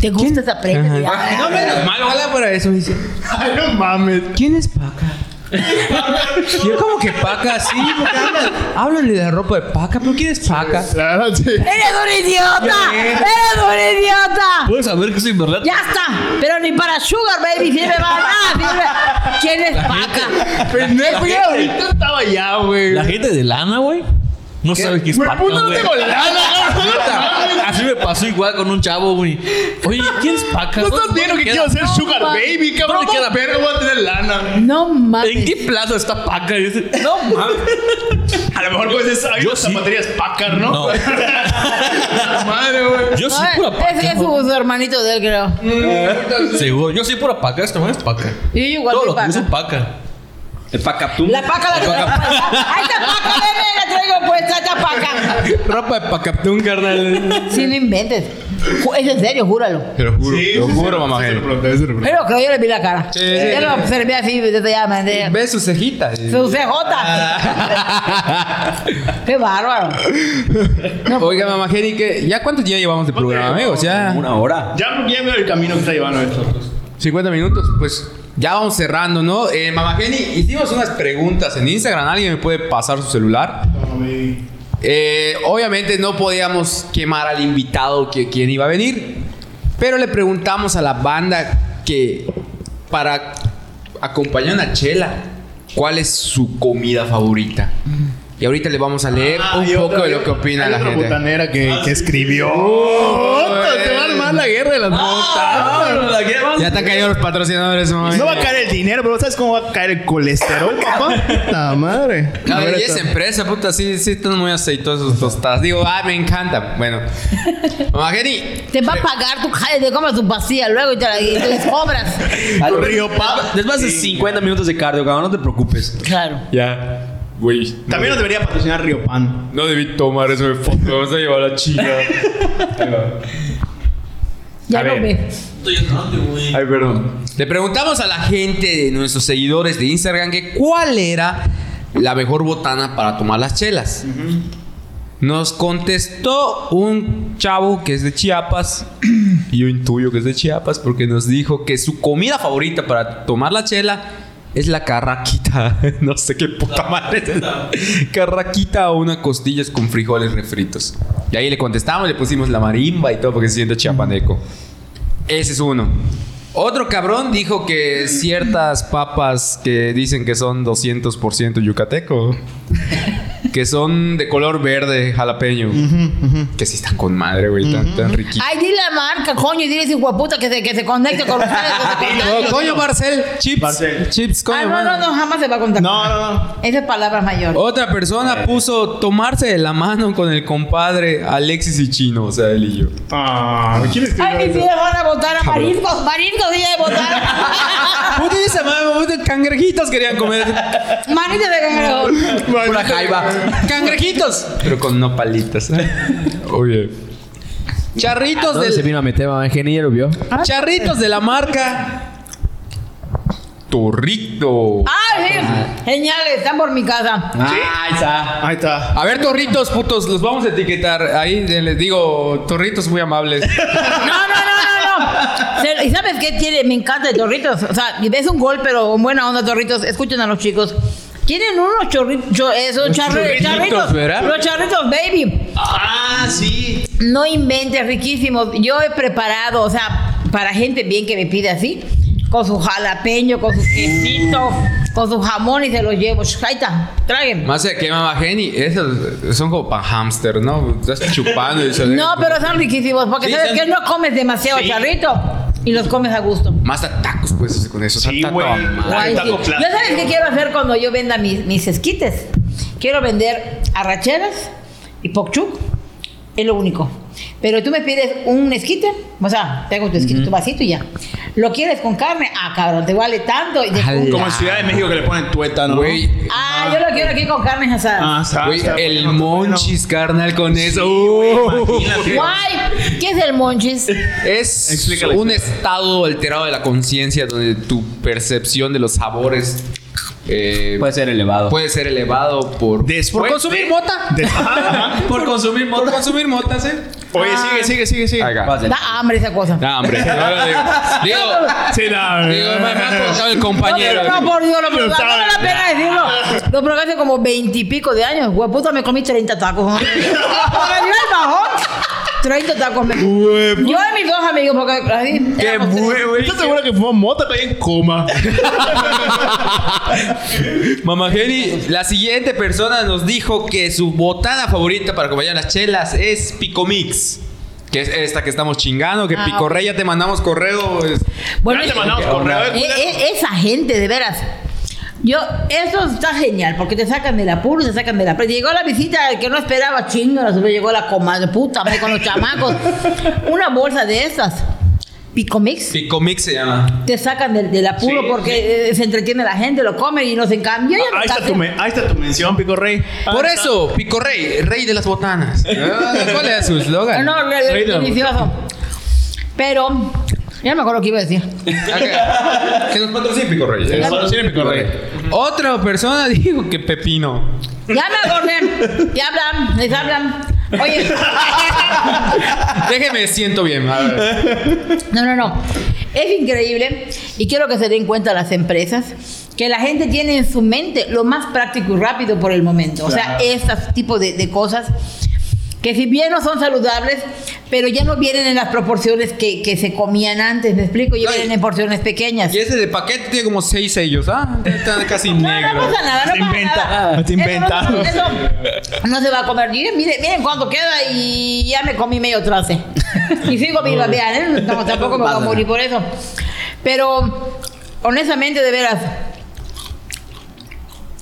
Speaker 4: ¿Te gusta esa prenda?
Speaker 1: Ah, No menos mal, ojalá para eso. Dice,
Speaker 2: Ay, no mames.
Speaker 1: ¿quién es paca? Y yo, como que paca, sí, porque hablan, hablan de la ropa de paca, pero ¿quién es paca?
Speaker 2: La verdad, sí.
Speaker 4: ¡Eres un idiota! ¡Eres un idiota!
Speaker 3: Puedes saber que soy verdad.
Speaker 4: ¡Ya está! Pero ni para Sugar Baby sirve para nada. sirve- ¿Quién es paca?
Speaker 2: Pendejo, ya ahorita estaba allá, güey.
Speaker 3: La gente de lana, güey. No sabe qué es
Speaker 2: Güey,
Speaker 3: paca,
Speaker 2: puta, no
Speaker 3: güey.
Speaker 2: tengo lana, güey.
Speaker 3: Puta, Así me pasó igual con un chavo, güey. Oye, ¿quién es paca?
Speaker 2: No
Speaker 3: güey?
Speaker 2: estás viendo que
Speaker 3: ¿Qué
Speaker 2: quiero
Speaker 3: era?
Speaker 2: hacer Sugar Baby, cabrón.
Speaker 3: ¿Dónde queda?
Speaker 2: ¿Cómo verga voy a tener lana?
Speaker 4: No
Speaker 3: ¿En
Speaker 4: mames.
Speaker 3: qué plaza está paca? Y dice, No mames.
Speaker 2: A lo mejor pues esa
Speaker 3: Yo
Speaker 2: yo
Speaker 3: sí.
Speaker 2: zapaterías Packard, ¿no?
Speaker 3: No.
Speaker 2: Madre, güey.
Speaker 3: Yo soy
Speaker 4: Ah,
Speaker 3: pura
Speaker 4: Ese
Speaker 3: paca.
Speaker 4: es su, su hermanito de él, creo.
Speaker 3: Seguro. Yo soy pura paca. Este man es paca.
Speaker 4: Yo igual
Speaker 3: Todo
Speaker 4: soy
Speaker 3: lo que uso
Speaker 4: paca.
Speaker 3: paca.
Speaker 5: El Pacaptum.
Speaker 4: La paca la traigo puesta. A esta paca, bebé, la traigo puesta, esta paca.
Speaker 1: Ropa de Pacaptún, carnal.
Speaker 4: Si no inventes. Ju- Es en serio, júralo.
Speaker 1: Te lo juro, te lo juro, mamá.
Speaker 6: Se lo
Speaker 1: Helen.
Speaker 6: pregunté, se lo pregunté.
Speaker 4: Pero creo yo le vi la cara.
Speaker 1: Sí, sí.
Speaker 4: Yo lo observé así, desde allá, man, de-
Speaker 1: Ve sus cejitas.
Speaker 4: Su
Speaker 1: Ah.
Speaker 4: CJ. Qué bárbaro.
Speaker 1: Oiga, mamá Jenny, ¿qué- ¿ya cuántos días llevamos de programa, amigos? Ya
Speaker 5: Una hora.
Speaker 2: Ya, ya veo el camino que está llevando estos dos.
Speaker 1: 50 minutos, pues ya vamos cerrando, ¿no? Eh, mamá Jenny, hicimos unas preguntas en Instagram. ¿Alguien me puede pasar su celular? Eh, obviamente no podíamos quemar al invitado que quien iba a venir, pero le preguntamos a la banda que para acompañar a Chela, ¿cuál es su comida favorita? Y ahorita le vamos a leer
Speaker 2: Ah,
Speaker 1: un
Speaker 2: y
Speaker 1: poco
Speaker 2: otra-
Speaker 1: de lo que opina
Speaker 2: hay
Speaker 1: la
Speaker 2: otra
Speaker 1: gente. Ah,
Speaker 2: botanera que, que escribió.
Speaker 1: te va a armar la
Speaker 2: guerra de las Ah,
Speaker 1: Ya están caídos los patrocinadores. mamá.
Speaker 2: No va a caer el dinero, pero ¿sabes cómo va a caer el colesterol, papá? ¡Puta madre!
Speaker 1: No,
Speaker 2: A ver,
Speaker 1: y esa
Speaker 2: esta-
Speaker 1: empresa, puta, sí, sí están muy aceitosos sus tostadas. Digo, ah, me encanta. Bueno. Mamá Jenny,
Speaker 4: Te va a pagar tu jale, te comas tu pastilla luego y te la y te cobras.
Speaker 5: Al-
Speaker 2: Río Pa-
Speaker 5: Es más de 50 minutos de cardio, cabrón. No te preocupes.
Speaker 4: Claro.
Speaker 1: Ya, güey.
Speaker 2: También nos debería patrocinar Río Pan.
Speaker 1: No debí tomar eso de foto, vamos a llevar a China.
Speaker 4: Ya
Speaker 1: A
Speaker 4: lo
Speaker 1: ver.
Speaker 4: ve.
Speaker 1: Ay, perdón. Le preguntamos a la gente de nuestros seguidores de Instagram que cuál era la mejor botana para tomar las chelas. Nos contestó un chavo que es de Chiapas y un tuyo que es de Chiapas porque nos dijo que su comida favorita para tomar la chela es la carraquita. No sé qué puta madre. es. Carraquita o unas costillas con frijoles refritos. Y ahí le contestamos, le pusimos la marimba y todo porque se siente chiapaneco. Ese es uno. Otro cabrón dijo que ciertas papas que dicen que son 200% yucateco, que son de color verde jalapeño, que sí están con madre, güey, tan, tan riquitas.
Speaker 4: Ay, dile a marca, coño, y dile a ese guaputa que se, que se conecte con ustedes. que se contacte.
Speaker 1: coño, Marcel, chips,
Speaker 2: Marcel.
Speaker 1: chips, coño.
Speaker 4: Ah, no, no,
Speaker 1: mano.
Speaker 4: no, jamás se va a contactar.
Speaker 2: No, no, no.
Speaker 4: Esa es palabra mayor.
Speaker 1: Otra persona puso tomarse de la mano con el compadre Alexis y Chino, o sea, él y yo.
Speaker 2: Ah, ¿quién escribió
Speaker 4: Ay, mis
Speaker 2: eso?
Speaker 4: hijas van a votar a mariscos, mariscos, ella de votar.
Speaker 1: Puta, esa madre, puta, cangrejitos querían comer.
Speaker 4: Manitas de cangrejo.
Speaker 1: Pura jaiba. ¡Cangrejitos! Pero con no palitas. Oye. Charritos
Speaker 5: ¿Dónde se
Speaker 1: del. Ah.
Speaker 5: vino a meter, mamá? Ingeniero, vio.
Speaker 1: Charritos de la marca. Torrito.
Speaker 4: Ay,
Speaker 1: Ah.
Speaker 4: sí. Geniales, están por mi casa.
Speaker 5: Ah, ahí está.
Speaker 2: Ahí está.
Speaker 1: A ver, torritos, putos, los vamos a etiquetar. Ahí eh, les digo, torritos muy amables.
Speaker 4: No, no, no, no, no. Se- ¿Y sabes qué tiene? Me encanta el Torritos. O sea, es un gol, pero en buena onda, Torritos. Escuchen a los chicos. Tienen unos chorritos, esos charri-
Speaker 1: churritos,
Speaker 4: charritos,
Speaker 1: ¿verdad?
Speaker 4: los charritos, baby.
Speaker 2: Ah, sí.
Speaker 4: No inventes, riquísimos. Yo he preparado, o sea, para gente bien que me pide así, con su jalapeño, con su quesito, con su jamón y se los llevo. Sh, Ahí está, traguen.
Speaker 1: Más que mamá Jenny, esos son como para hamster, ¿no? Estás chupando y se-
Speaker 4: No, pero son riquísimos, porque
Speaker 1: Sí,
Speaker 4: sabes
Speaker 1: son-
Speaker 4: que no comes demasiado charrito y los comes a gusto.
Speaker 1: Más a tacos, pues, con eso.
Speaker 2: Sí,
Speaker 1: Está
Speaker 2: güey.
Speaker 1: toda madre.
Speaker 2: Ay,
Speaker 4: Ay, sí.
Speaker 2: taco
Speaker 4: Yo
Speaker 2: plástico.
Speaker 4: sabes qué quiero hacer cuando yo venda mis, mis esquites. Quiero vender arracheras y pokchuk. Es lo único. Pero tú me pides un esquite, o sea, tengo tu esquite, tu vasito y ya. ¿Lo quieres con carne? Ah, cabrón, te vale tanto. Y te-
Speaker 1: Ala.
Speaker 2: Como en Ciudad de México que le ponen tuétano.
Speaker 1: Güey,
Speaker 4: Ah, yo lo quiero aquí con carne asada.
Speaker 2: Ah, está.
Speaker 1: güey,
Speaker 2: está
Speaker 1: el
Speaker 2: bueno, está bueno.
Speaker 1: monchis, carnal, con eso. Uh.
Speaker 4: Guay, ¿qué es el monchis?
Speaker 1: Es
Speaker 2: Explícale,
Speaker 1: un estado alterado de la conciencia donde tu percepción de los sabores eh,
Speaker 5: Puede ser elevado.
Speaker 1: puede ser elevado por,
Speaker 2: Des-
Speaker 1: por
Speaker 2: pues,
Speaker 1: consumir
Speaker 2: de-
Speaker 1: mota.
Speaker 2: De- Ajá, ajá.
Speaker 1: Por consumir mota. Por consumir mota, sí.
Speaker 2: Oye,
Speaker 4: Ah.
Speaker 2: sigue, sigue, sigue, sigue.
Speaker 1: Ahí va.
Speaker 5: Pásale.
Speaker 4: Da hambre esa cosa.
Speaker 1: No, Ah, hombre. ahora digo, digo,
Speaker 2: Sí, no,
Speaker 1: digo, me, me ha contado el compañero.
Speaker 4: No, no, por Dios, lo probé.
Speaker 2: Lo sabe.
Speaker 4: Vale la pena decirlo. Lo probé hace como veintipico de años. Hueputa, me comí 30 tacos. Me dio el bajón. 30 tacos. Me... Yo y mis dos amigos, porque así.
Speaker 1: Qué
Speaker 4: éramos tres.
Speaker 1: bueno, güey.
Speaker 2: ¿Estás seguro que fumó mota? Está en coma.
Speaker 1: Mamá Jenny, la siguiente persona nos dijo que su botana favorita para acompañar las chelas es Picomix. Que es esta que estamos chingando, que
Speaker 4: Ah,
Speaker 1: Picorrey ya te mandamos correo. es-
Speaker 4: Bueno,
Speaker 2: Ya te
Speaker 4: eh,
Speaker 2: mandamos correo,
Speaker 4: eh,
Speaker 2: eh,
Speaker 4: eh, esa gente, de veras. Yo, eso está genial, porque te sacan del apuro, te sacan de la presa. Llegó la visita que no esperaba, chingo, la suerte, llegó la comadre, puta madre, con los chamacos. Una bolsa de esas. Picomix.
Speaker 1: Picomix se llama.
Speaker 4: Te sacan del, del apuro
Speaker 2: Sí, Ah,
Speaker 4: porque eh, se entretiene la gente, lo come y nos encambia.
Speaker 2: Ahí está, tu me- ahí está tu mención, Pico Rey.
Speaker 1: Por
Speaker 2: Ahí
Speaker 1: eso, Pico Rey, rey de las botanas. Ah, ¿Cuál es su
Speaker 4: No,
Speaker 1: eslogan?
Speaker 4: no, re- re- delicioso. Pero, ya no me acuerdo qué iba a decir.
Speaker 1: Ok. Que nos patrocine Pico Rey.
Speaker 2: está. Patrocina Pico Rey.
Speaker 1: Otra persona dijo que Pepino.
Speaker 4: Ya me acordé. Te hablan, les hablan. Oye.
Speaker 1: Déjeme, siento bien. A ver.
Speaker 4: No, no, no. Es increíble y quiero que se den cuenta las empresas que la gente tiene en su mente lo más práctico y rápido por el momento. O sea, estos tipos de, de cosas que si bien no son saludables, pero ya no vienen en las proporciones que, que se comían antes, ¿me explico? Ya
Speaker 1: No, y-
Speaker 4: vienen en porciones pequeñas.
Speaker 1: Y ese de paquete tiene como seis sellos. Ah, está casi
Speaker 4: No, no
Speaker 1: negro.
Speaker 4: pasa nada, no
Speaker 2: Te
Speaker 4: pasa
Speaker 2: inventa-
Speaker 4: nada.
Speaker 2: te
Speaker 4: Eso no-
Speaker 2: inventaron.
Speaker 4: Eso, no se va a comer. Miren, miren, miren cuánto queda y ya me comí medio trace. y sigo viva, vean, ¿eh? No, tampoco me voy a morir por eso. Pero, honestamente, de veras,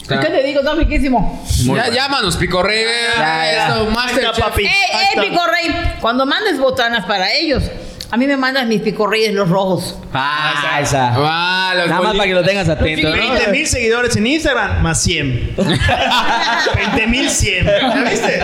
Speaker 1: Está-
Speaker 4: ¿qué te digo? Está riquísimo.
Speaker 1: Ya, llámanos, Pico Rey.
Speaker 5: Ya, ya.
Speaker 1: Esto,
Speaker 2: está,
Speaker 1: Masterchef.
Speaker 2: papi.
Speaker 4: ¡Ey,
Speaker 2: Ahí
Speaker 4: ey,
Speaker 2: está.
Speaker 4: picorrey! eh, Cuando mandes botanas para ellos, a mí me mandas mis picorreyes los rojos.
Speaker 5: Ah, esa.
Speaker 1: Ah, los
Speaker 5: Nada más
Speaker 1: boli-
Speaker 5: para que lo tengas atento. ¿no?
Speaker 2: 20 mil seguidores en Instagram, más 100. 20 mil 100. ¿Ya viste? Este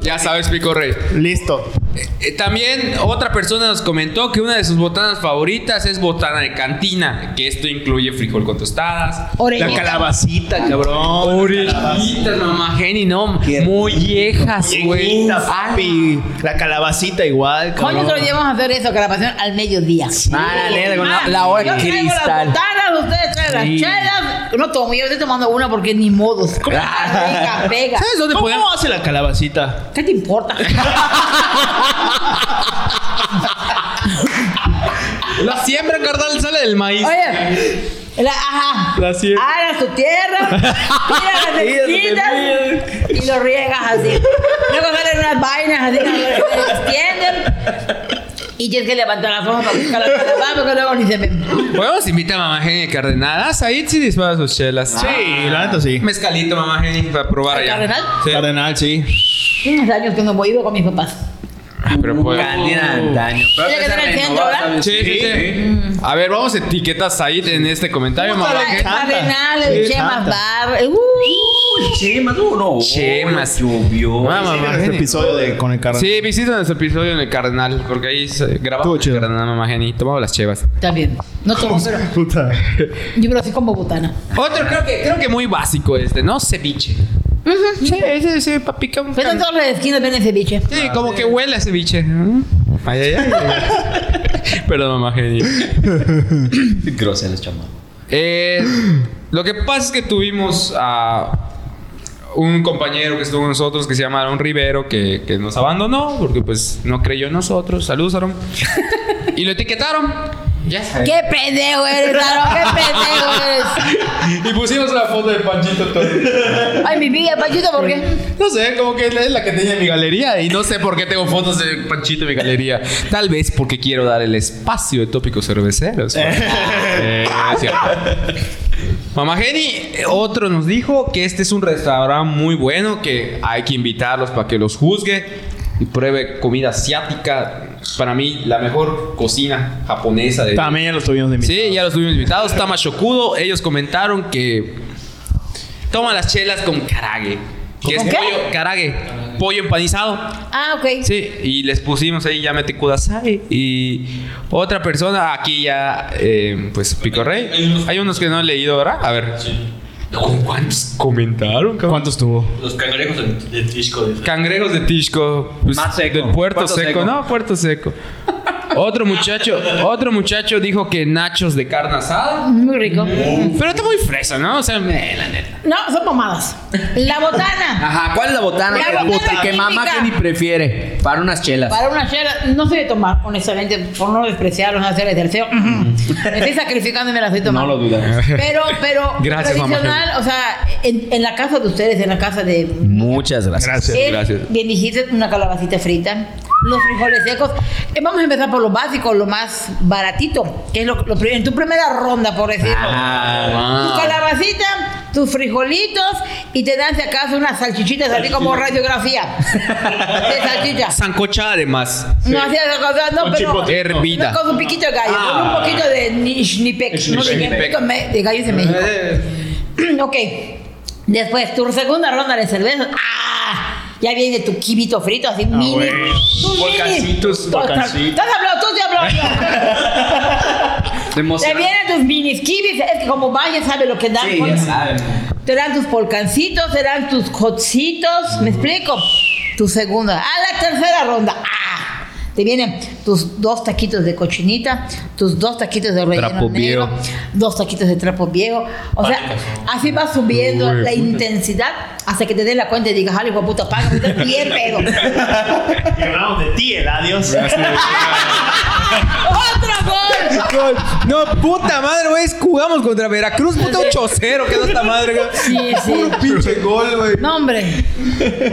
Speaker 1: Ya sabes, Pico Rey.
Speaker 2: Listo.
Speaker 1: Eh, También otra persona nos comentó que una de sus botanas favoritas es botana de cantina, que esto incluye frijol con tostadas,
Speaker 4: Orejita.
Speaker 1: la calabacita, cabrón, orejitas, mamá Jenny, no,
Speaker 5: Qué
Speaker 1: mollejas, güey.
Speaker 2: Viejita, papi. La calabacita igual.
Speaker 4: Coño,
Speaker 2: cabrón.
Speaker 4: otro día vamos a hacer eso, grabación al mediodía.
Speaker 5: Ah, neta, con la,
Speaker 4: Ah,
Speaker 5: la hora
Speaker 4: yo traigo las
Speaker 5: cristal.
Speaker 4: botanas, ustedes traen
Speaker 5: Sí.
Speaker 4: las chelas. No tomo, yo estoy tomando una porque ni modos. Pega, pega.
Speaker 1: ¿Sabes dónde
Speaker 2: ¿Cómo
Speaker 1: podemos?
Speaker 2: hace la calabacita?
Speaker 4: ¿Qué te importa?
Speaker 1: La siembra, carnal, sale del maíz.
Speaker 4: Oye, la, ajá.
Speaker 2: La siembra.
Speaker 4: Ara su tierra, tira las semillitas y lo riegas así. Luego salen unas vainas así, que se extienden. Y tienes que levantar las hojas para buscar la calabaza porque luego ni se ven.
Speaker 1: Podemos invitar a mamá Jenny cardenadas, ahí sí dispara sus chelas.
Speaker 2: Sí, la neta sí.
Speaker 1: Mezcalito, mamá Jenny, para probar
Speaker 4: ¿Al
Speaker 1: allá.
Speaker 4: cardenal?
Speaker 1: Sí.
Speaker 2: Cardenal, sí.
Speaker 4: Tienes años que no voy iba con mis papás.
Speaker 1: Ah, Pero pues.
Speaker 5: Cantina de antaño. Pero
Speaker 4: Tiene que
Speaker 5: esa
Speaker 4: estar en el centro,
Speaker 5: renovada,
Speaker 4: ¿verdad?
Speaker 5: ¿sabes?
Speaker 1: Sí, sí, sí. A ver, vamos a etiquetar a Said en este comentario, mamá
Speaker 4: Para
Speaker 1: Jenny.
Speaker 4: el
Speaker 2: chanta.
Speaker 4: cardenal,
Speaker 2: Sí,
Speaker 4: el Chemas
Speaker 2: chanta.
Speaker 4: Bar. Uh,
Speaker 5: Uy, Chemas, no, no.
Speaker 1: Chemas.
Speaker 5: llovió.
Speaker 1: Ah, Mamá,
Speaker 2: Sí,
Speaker 1: mamá
Speaker 2: este
Speaker 1: Jenny.
Speaker 2: episodio de con el cardenal.
Speaker 1: Sí, visita nuestro episodio en el Cardenal, porque ahí se- grabamos el Cardenal Mamá Jenny. Tomamos las chevas.
Speaker 4: está bien. No tomo, pero
Speaker 2: Puta.
Speaker 4: yo creo así como botana.
Speaker 1: Otro, creo que, creo que muy básico este, ¿no? Ceviche. Sí, ese, ese, papi, como,
Speaker 4: Pero en todas las esquinas ven ese biche.
Speaker 1: sí, como que huele a ceviche. ¿no? Ay, ay, ay. Perdón, Mamá Jenny.
Speaker 5: Grosera los chamas.
Speaker 1: Eh, lo que pasa es que tuvimos a un compañero que estuvo con nosotros que se llama Aaron Rivero que, que nos abandonó porque pues no creyó en nosotros. Saludos, Aaron. y lo etiquetaron. Ya sabes.
Speaker 4: ¡Qué pendejo eres, Taro! ¡Qué pendejo eres!
Speaker 1: Y pusimos la foto de Panchito todo.
Speaker 4: Ay, mi vida, Pachito, ¿por qué?
Speaker 1: No sé, como que es la que tenía en mi galería y no sé por qué tengo fotos de Panchito en mi galería. Tal vez porque quiero dar el espacio de tópicos cerveceros. Eh, es cierto. Mamá Jenny, eh, otro nos dijo que este es un restaurante muy bueno, que hay que invitarlos para que los juzgue y pruebe comida asiática. Para mí, la mejor cocina japonesa de
Speaker 2: También ya los tuvimos de
Speaker 1: Sí, ya los tuvimos invitados. Tama Shokudo, ellos comentaron que toma las chelas con karage. Que es
Speaker 4: ¿Con qué?
Speaker 1: pollo, karage, pollo empanizado.
Speaker 4: Ah, ok.
Speaker 1: Sí, y les pusimos ahí Yamete Kudasai. Y otra persona, aquí ya, eh, pues Pico Rey. Hay unos que no han leído, ¿verdad? A ver. ¿Con cuántos comentaron, cabrón?
Speaker 2: ¿Cuántos tuvo?
Speaker 3: Los cangrejos de, de Tisco. dice.
Speaker 1: Cangrejos de Tishko. pues,
Speaker 5: Más seco.
Speaker 1: de Puerto,
Speaker 5: Puerto
Speaker 1: seco.
Speaker 5: Seco.
Speaker 1: no, Puerto Seco. otro muchacho, otro muchacho dijo que nachos de carne asada.
Speaker 4: Muy rico.
Speaker 1: Pero está muy fresa, ¿no? O sea, me- la neta.
Speaker 4: No, son mamadas. La botana.
Speaker 5: Ajá, ¿cuál es la botana
Speaker 4: La
Speaker 5: que,
Speaker 4: botana
Speaker 5: que mamá
Speaker 4: típica.
Speaker 5: Kenny prefiere? Para unas chelas.
Speaker 4: Para una chela, no sé de tomar, honestamente, por no despreciar, no hacer el tercero. Me estoy sacrificando y me la estoy tomando.
Speaker 5: dudas.
Speaker 4: Pero, pero,
Speaker 1: Gracias, mamá.
Speaker 4: tradicional, o sea, en, en la casa de ustedes, en la casa de.
Speaker 5: Muchas gracias.
Speaker 2: Gracias.
Speaker 4: él,
Speaker 1: gracias.
Speaker 4: Bien dijiste, una calabacita frita, los frijoles secos. Eh, vamos a empezar por lo básico, lo más
Speaker 1: Ah.
Speaker 4: baratito, que es lo, lo primero, en tu primera ronda, por decirlo.
Speaker 5: Ah,
Speaker 4: Tu calabacita, tus frijolitos y te dan si acaso unas salchichitas, así como radiografía. de salchicha.
Speaker 1: Sancocha además.
Speaker 4: No hacía esa cosa, no,
Speaker 2: Con
Speaker 4: pero.
Speaker 2: chipotle.
Speaker 1: Hervida.
Speaker 4: No, con un piquito de gallo,
Speaker 1: Ah.
Speaker 4: con un poquito de ni- shnipek, no
Speaker 1: Shnipek.
Speaker 4: de gallo, me- de gallos de México.
Speaker 2: Eh.
Speaker 4: ok. Después, tu segunda ronda de cerveza. ¡Ah! Ya viene tu quibito frito, así mini.
Speaker 2: Ah, bueno.
Speaker 4: Tu mini.
Speaker 2: Volcancitos,
Speaker 4: Tu-
Speaker 2: volcancitos.
Speaker 4: Estás hablando, tú te hablas. Te vienen tus minis kibis, es que como vaya sabe lo que dan.
Speaker 5: Sí, ya
Speaker 4: Bueno,
Speaker 5: saben.
Speaker 4: te dan tus polcancitos, te dan tus hotcitos, ¿me explico? Tu segunda. A la tercera ronda. ¡Ah! Te vienen tus dos taquitos de cochinita, tus dos taquitos de relleno
Speaker 1: Trapo
Speaker 4: negro,
Speaker 1: viejo.
Speaker 4: dos taquitos de trapo viejo. O sea, así va subiendo la intensidad hasta que te des la cuenta y digas, ¡ay, hijo de puta, paga! bien pedo!
Speaker 2: Hablamos de ti, el adiós.
Speaker 4: ¡Otro gol!
Speaker 1: No, puta madre, güey. Jugamos contra Veracruz, puta 8-0. Quedó esta madre, güey.
Speaker 4: Sí, sí.
Speaker 1: Puro pinche gol, güey.
Speaker 4: No, hombre.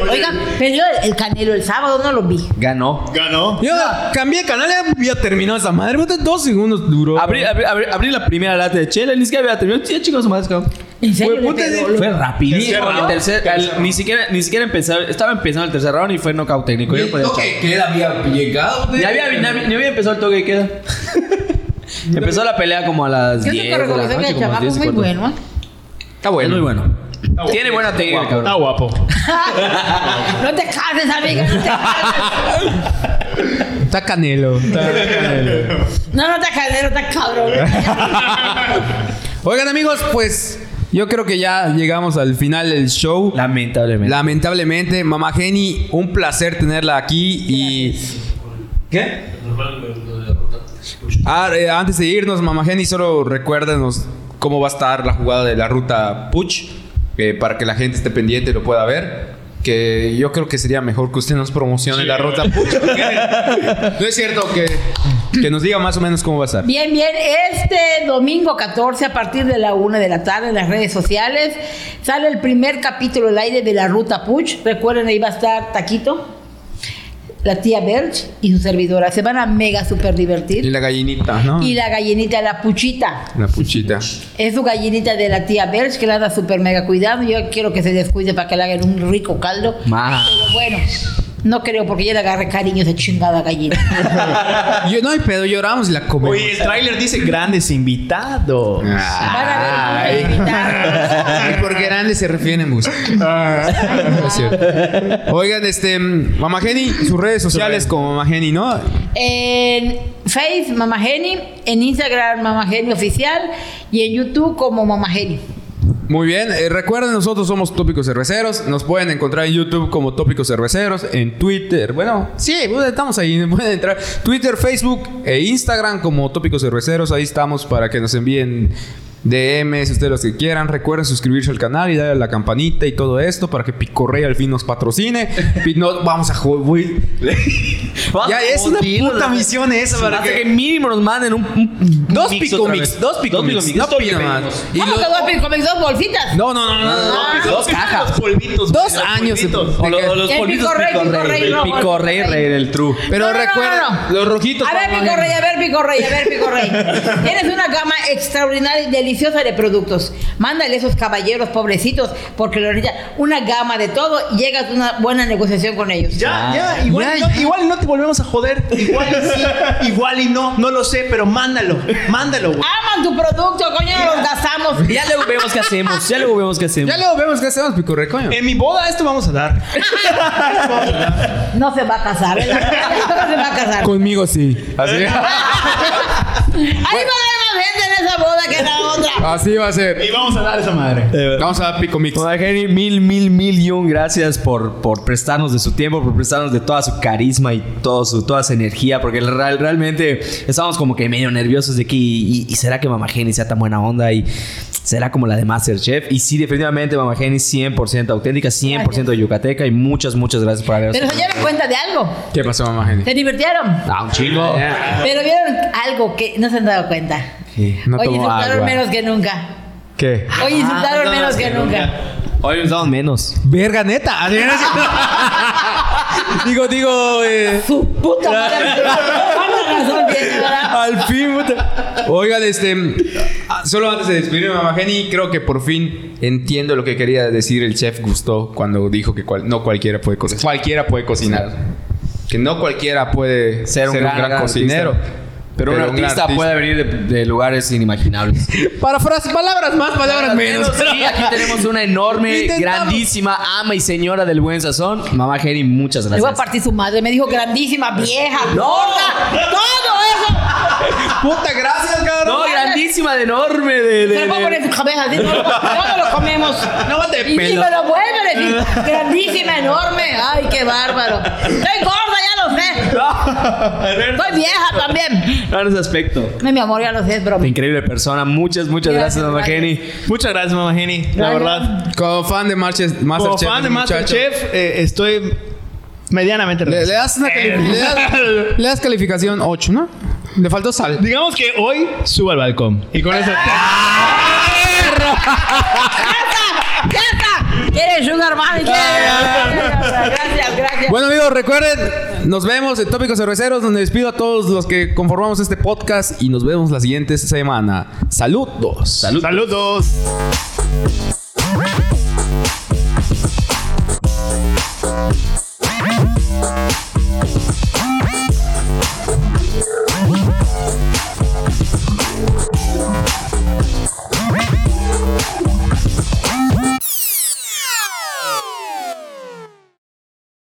Speaker 4: Oigan, perdió el- el canelo el sábado, no lo vi.
Speaker 5: Ganó.
Speaker 2: Ganó.
Speaker 1: Yo cambié de canal y ya terminó esa madre. puta, Dos segundos duró.
Speaker 5: Abrí, ah, abrí, abrí, abrí la primera lata de chela, ni siquiera había terminado. Sí, chicos, más cabrón.
Speaker 4: ¿En serio?
Speaker 5: Fue, puta,
Speaker 4: Le pegó,
Speaker 5: sí,
Speaker 4: lo-
Speaker 5: fue rapidísimo.
Speaker 6: Tercer
Speaker 5: El
Speaker 6: round.
Speaker 5: tercer, el-
Speaker 6: Tercer
Speaker 5: ni siquiera, ni siquiera empezaba, estaba empezando el tercer round y fue knockout técnico. Yo no podía echar.
Speaker 1: que él había llegado, güey.
Speaker 5: Ya había, ya había- ya había empezado el toque de queda. Empezó la pelea como a las
Speaker 4: Yo tengo
Speaker 5: 10 de
Speaker 4: que
Speaker 5: la
Speaker 4: reconocer que
Speaker 5: noche,
Speaker 4: el
Speaker 5: como a las
Speaker 4: chamaco
Speaker 5: 10
Speaker 4: es
Speaker 5: y
Speaker 4: muy
Speaker 5: cuarto.
Speaker 4: bueno, ¿eh?
Speaker 1: Está bueno.
Speaker 5: Es muy bueno. Tiene buena técnica, el
Speaker 2: Está
Speaker 5: cabrón.
Speaker 2: guapo.
Speaker 4: No te cases, amiga, no te cases.
Speaker 1: Está canelo.
Speaker 4: No, no te cases, no te cabrón.
Speaker 1: Oigan, amigos, pues yo creo que ya llegamos al final del show.
Speaker 5: Lamentablemente.
Speaker 1: Lamentablemente, mamá Jenny, un placer tenerla aquí y... ¿Qué? Ah, eh, antes de irnos, mamá Jenny, solo recuérdanos cómo va a estar la jugada de la ruta Puch eh, para que la gente esté pendiente y lo pueda ver. Que yo creo que sería mejor que usted nos promocione la ruta Puch. porque No es cierto que, que nos diga más o menos cómo va a estar.
Speaker 4: Bien, bien. Este domingo 14, a partir de la 1 de la tarde, en las redes sociales, sale el primer capítulo al aire de la ruta Puch. Recuerden, ahí va a estar Taquito, la tía Berch y su servidora. Se van a mega super
Speaker 1: Y
Speaker 4: divertir.
Speaker 1: la gallinita, ¿no?
Speaker 4: Y la gallinita, la puchita.
Speaker 1: La puchita.
Speaker 4: Es su gallinita de la tía Berch que la anda súper mega cuidado. Yo quiero que se descuide para que le hagan un rico caldo.
Speaker 5: Ma.
Speaker 4: Pero bueno, no creo porque ya le agarré cariño a esa chingada gallina.
Speaker 1: Yo, no hay pedo, lloramos y la comemos.
Speaker 2: Oye, el tráiler dice grandes invitados.
Speaker 4: Van a
Speaker 1: Ah.
Speaker 4: ver cómo la invitan.
Speaker 1: Ay, por grande se refieren bus.
Speaker 4: Ah.
Speaker 1: Es cierto. Oigan, este, mm, Mamá Jenny, sus redes sociales como Mamá Jenny, ¿no?
Speaker 4: En Face, Mamá Jenny. En Instagram, Mamá Jenny Oficial. Y en YouTube, como Mamá Jenny.
Speaker 1: Muy bien, eh, recuerden, nosotros somos Tópicos Cerveceros. Nos pueden encontrar en YouTube como Tópicos Cerveceros, en Twitter. Bueno, sí, bueno, estamos ahí. Pueden entrar Twitter, Facebook e Instagram como Tópicos Cerveceros. Ahí estamos para que nos envíen DMs, ustedes los que quieran. Recuerden suscribirse al canal y darle a la campanita y todo esto para que Picorrea al fin nos patrocine. Pi- no, vamos a jugar, Ya es una puta misión esa para
Speaker 5: Hasta que
Speaker 1: que.
Speaker 5: mínimo nos manden un, un-
Speaker 1: Dos
Speaker 5: mix
Speaker 1: pico
Speaker 5: otra
Speaker 1: mix,
Speaker 5: vez.
Speaker 1: dos pico mix,
Speaker 5: mix.
Speaker 1: no
Speaker 5: Esto
Speaker 1: pico
Speaker 5: le
Speaker 1: más.
Speaker 5: pedimos.
Speaker 1: Y
Speaker 4: ¿Cómo
Speaker 1: lo-
Speaker 4: que dos picos, mis dos bolsitas?
Speaker 1: No, no, no, no, no, no.
Speaker 4: Ah,
Speaker 5: Dos cajas.
Speaker 2: polvitos.
Speaker 1: Dos años. de-
Speaker 3: O, lo- o
Speaker 1: de-
Speaker 3: los
Speaker 4: El
Speaker 3: polvitos
Speaker 4: pico rey,
Speaker 3: pico
Speaker 4: pico
Speaker 3: rey.
Speaker 4: rey.
Speaker 5: El
Speaker 4: rojo,
Speaker 5: pico rey,
Speaker 4: rey.
Speaker 5: rey del true.
Speaker 1: Pero
Speaker 4: No, no, no,
Speaker 1: recuerden,
Speaker 4: no, no.
Speaker 1: los rojitos.
Speaker 4: A ver,
Speaker 1: mamá
Speaker 4: Pico
Speaker 1: Jenny.
Speaker 4: Rey, a ver, Pico Rey, a ver, Pico Rey. Tienes una gama extraordinaria y deliciosa de productos. Mándale esos caballeros pobrecitos, porque la ahorita una gama de todo y llegas a una buena negociación con ellos.
Speaker 2: Ya, ya, Ah. igual, No, igual no te volvemos a joder. Igual y sí, igual y no, no lo sé, pero mándalo, mándalo, güey.
Speaker 4: Aman tu producto, coño, no los gastamos.
Speaker 5: Ya luego vemos qué hacemos. Ya luego vemos qué hacemos.
Speaker 1: Ya luego vemos qué hacemos, Pico Rey, coño.
Speaker 2: En mi boda esto vamos a dar.
Speaker 4: No se va a casar, ¿verdad? No se va a casar.
Speaker 1: Conmigo sí.
Speaker 4: Eh.
Speaker 1: Así,
Speaker 4: Ahí va a haber más gente en esa boda que en la
Speaker 5: Ah,
Speaker 4: otra.
Speaker 1: así va a ser.
Speaker 2: Y vamos a dar esa madre.
Speaker 1: Vamos a dar Pico Mix.
Speaker 5: Bueno, Jenny, mil, mil, mil y un gracias por, por prestarnos de su tiempo, por prestarnos de toda su carisma y todo su, toda su energía, porque real- realmente estábamos como que medio nerviosos de aquí. Y, y será que Mamá Jenny sea tan buena onda? ¿Y será como la de Masterchef? Y sí, definitivamente Mamá Jenny 100% auténtica, 100% yucateca. Y muchas, muchas gracias por haber
Speaker 4: Pero se dieron cuenta de algo.
Speaker 1: ¿Qué pasó, mamá Jenny?
Speaker 4: Se divirtieron.
Speaker 5: Ah, un chingo.
Speaker 4: Pero vieron algo que no se han dado cuenta.
Speaker 5: Sí, no
Speaker 4: Hoy
Speaker 5: tomó
Speaker 4: insultaron
Speaker 5: agua. Ah,
Speaker 4: menos que nunca.
Speaker 1: ¿Qué?
Speaker 4: Hoy
Speaker 2: Ah,
Speaker 4: insultaron menos que nunca.
Speaker 5: Hoy nos damos menos.
Speaker 1: Verga neta. Así era así. digo, digo, eh,
Speaker 4: Su puta madre. ¿Cuánta razón tiene, verdad?
Speaker 1: al fin. puta. Oigan, este, ah, solo antes de despedirme, mamá Jenny, creo que por fin Entiendo lo que quería decir el chef Gusto cuando dijo que cual- no cualquiera puede cocinar. Cualquiera puede cocinar. Que no cualquiera puede
Speaker 5: ser un gran, gran
Speaker 1: cocinero.
Speaker 5: artista. Pero, un artista, puede venir de, de lugares inimaginables.
Speaker 1: Parafras- palabras más, palabras menos.
Speaker 5: Sí, aquí tenemos una enorme, grandísima ama y señora del buen sazón. Mamá Jenny, muchas
Speaker 4: Le voy a
Speaker 5: gracias.
Speaker 4: partir su madre. Me dijo grandísima, vieja,
Speaker 5: No.
Speaker 4: gorda, todo eso.
Speaker 1: Puta, gracias, cabrón.
Speaker 5: No, grandísima, de enorme, de... de-
Speaker 4: Se lo voy a poner en su cabeza, así, no, no lo comemos.
Speaker 5: No te
Speaker 4: Y si
Speaker 5: pelo.
Speaker 4: me lo vuelve a decir, grandísima, enorme. Ay, qué bárbaro. Estoy gorda, ya lo sé. Soy vieja también.
Speaker 5: No, en ese aspecto.
Speaker 4: No, mi amor, ya lo sé, es broma.
Speaker 5: Increíble persona. Muchas, muchas
Speaker 4: Gracias,
Speaker 5: gracias, mamá
Speaker 4: gracias.
Speaker 5: Jenny.
Speaker 2: Muchas gracias, mamá Jenny. La
Speaker 4: Gracias.
Speaker 2: verdad.
Speaker 1: Como fan de Marches- Masterchef.
Speaker 2: Como fan de
Speaker 1: muchacho.
Speaker 2: Masterchef, eh, estoy medianamente
Speaker 1: Le,
Speaker 2: realizado.
Speaker 1: le das una cali- le das- le das calificación 8, ¿no? Le faltó sal.
Speaker 2: Digamos que hoy subo al balcón. Y con eso.
Speaker 1: ¡Ah!
Speaker 4: ¡Ya está! ¿Quieres sugar mami? Gracias, gracias.
Speaker 1: Bueno amigos, recuerden, nos vemos en Tópicos Cerveceros, donde despido a todos los que conformamos este podcast y nos vemos la siguiente semana. Saludos.
Speaker 2: Saludos.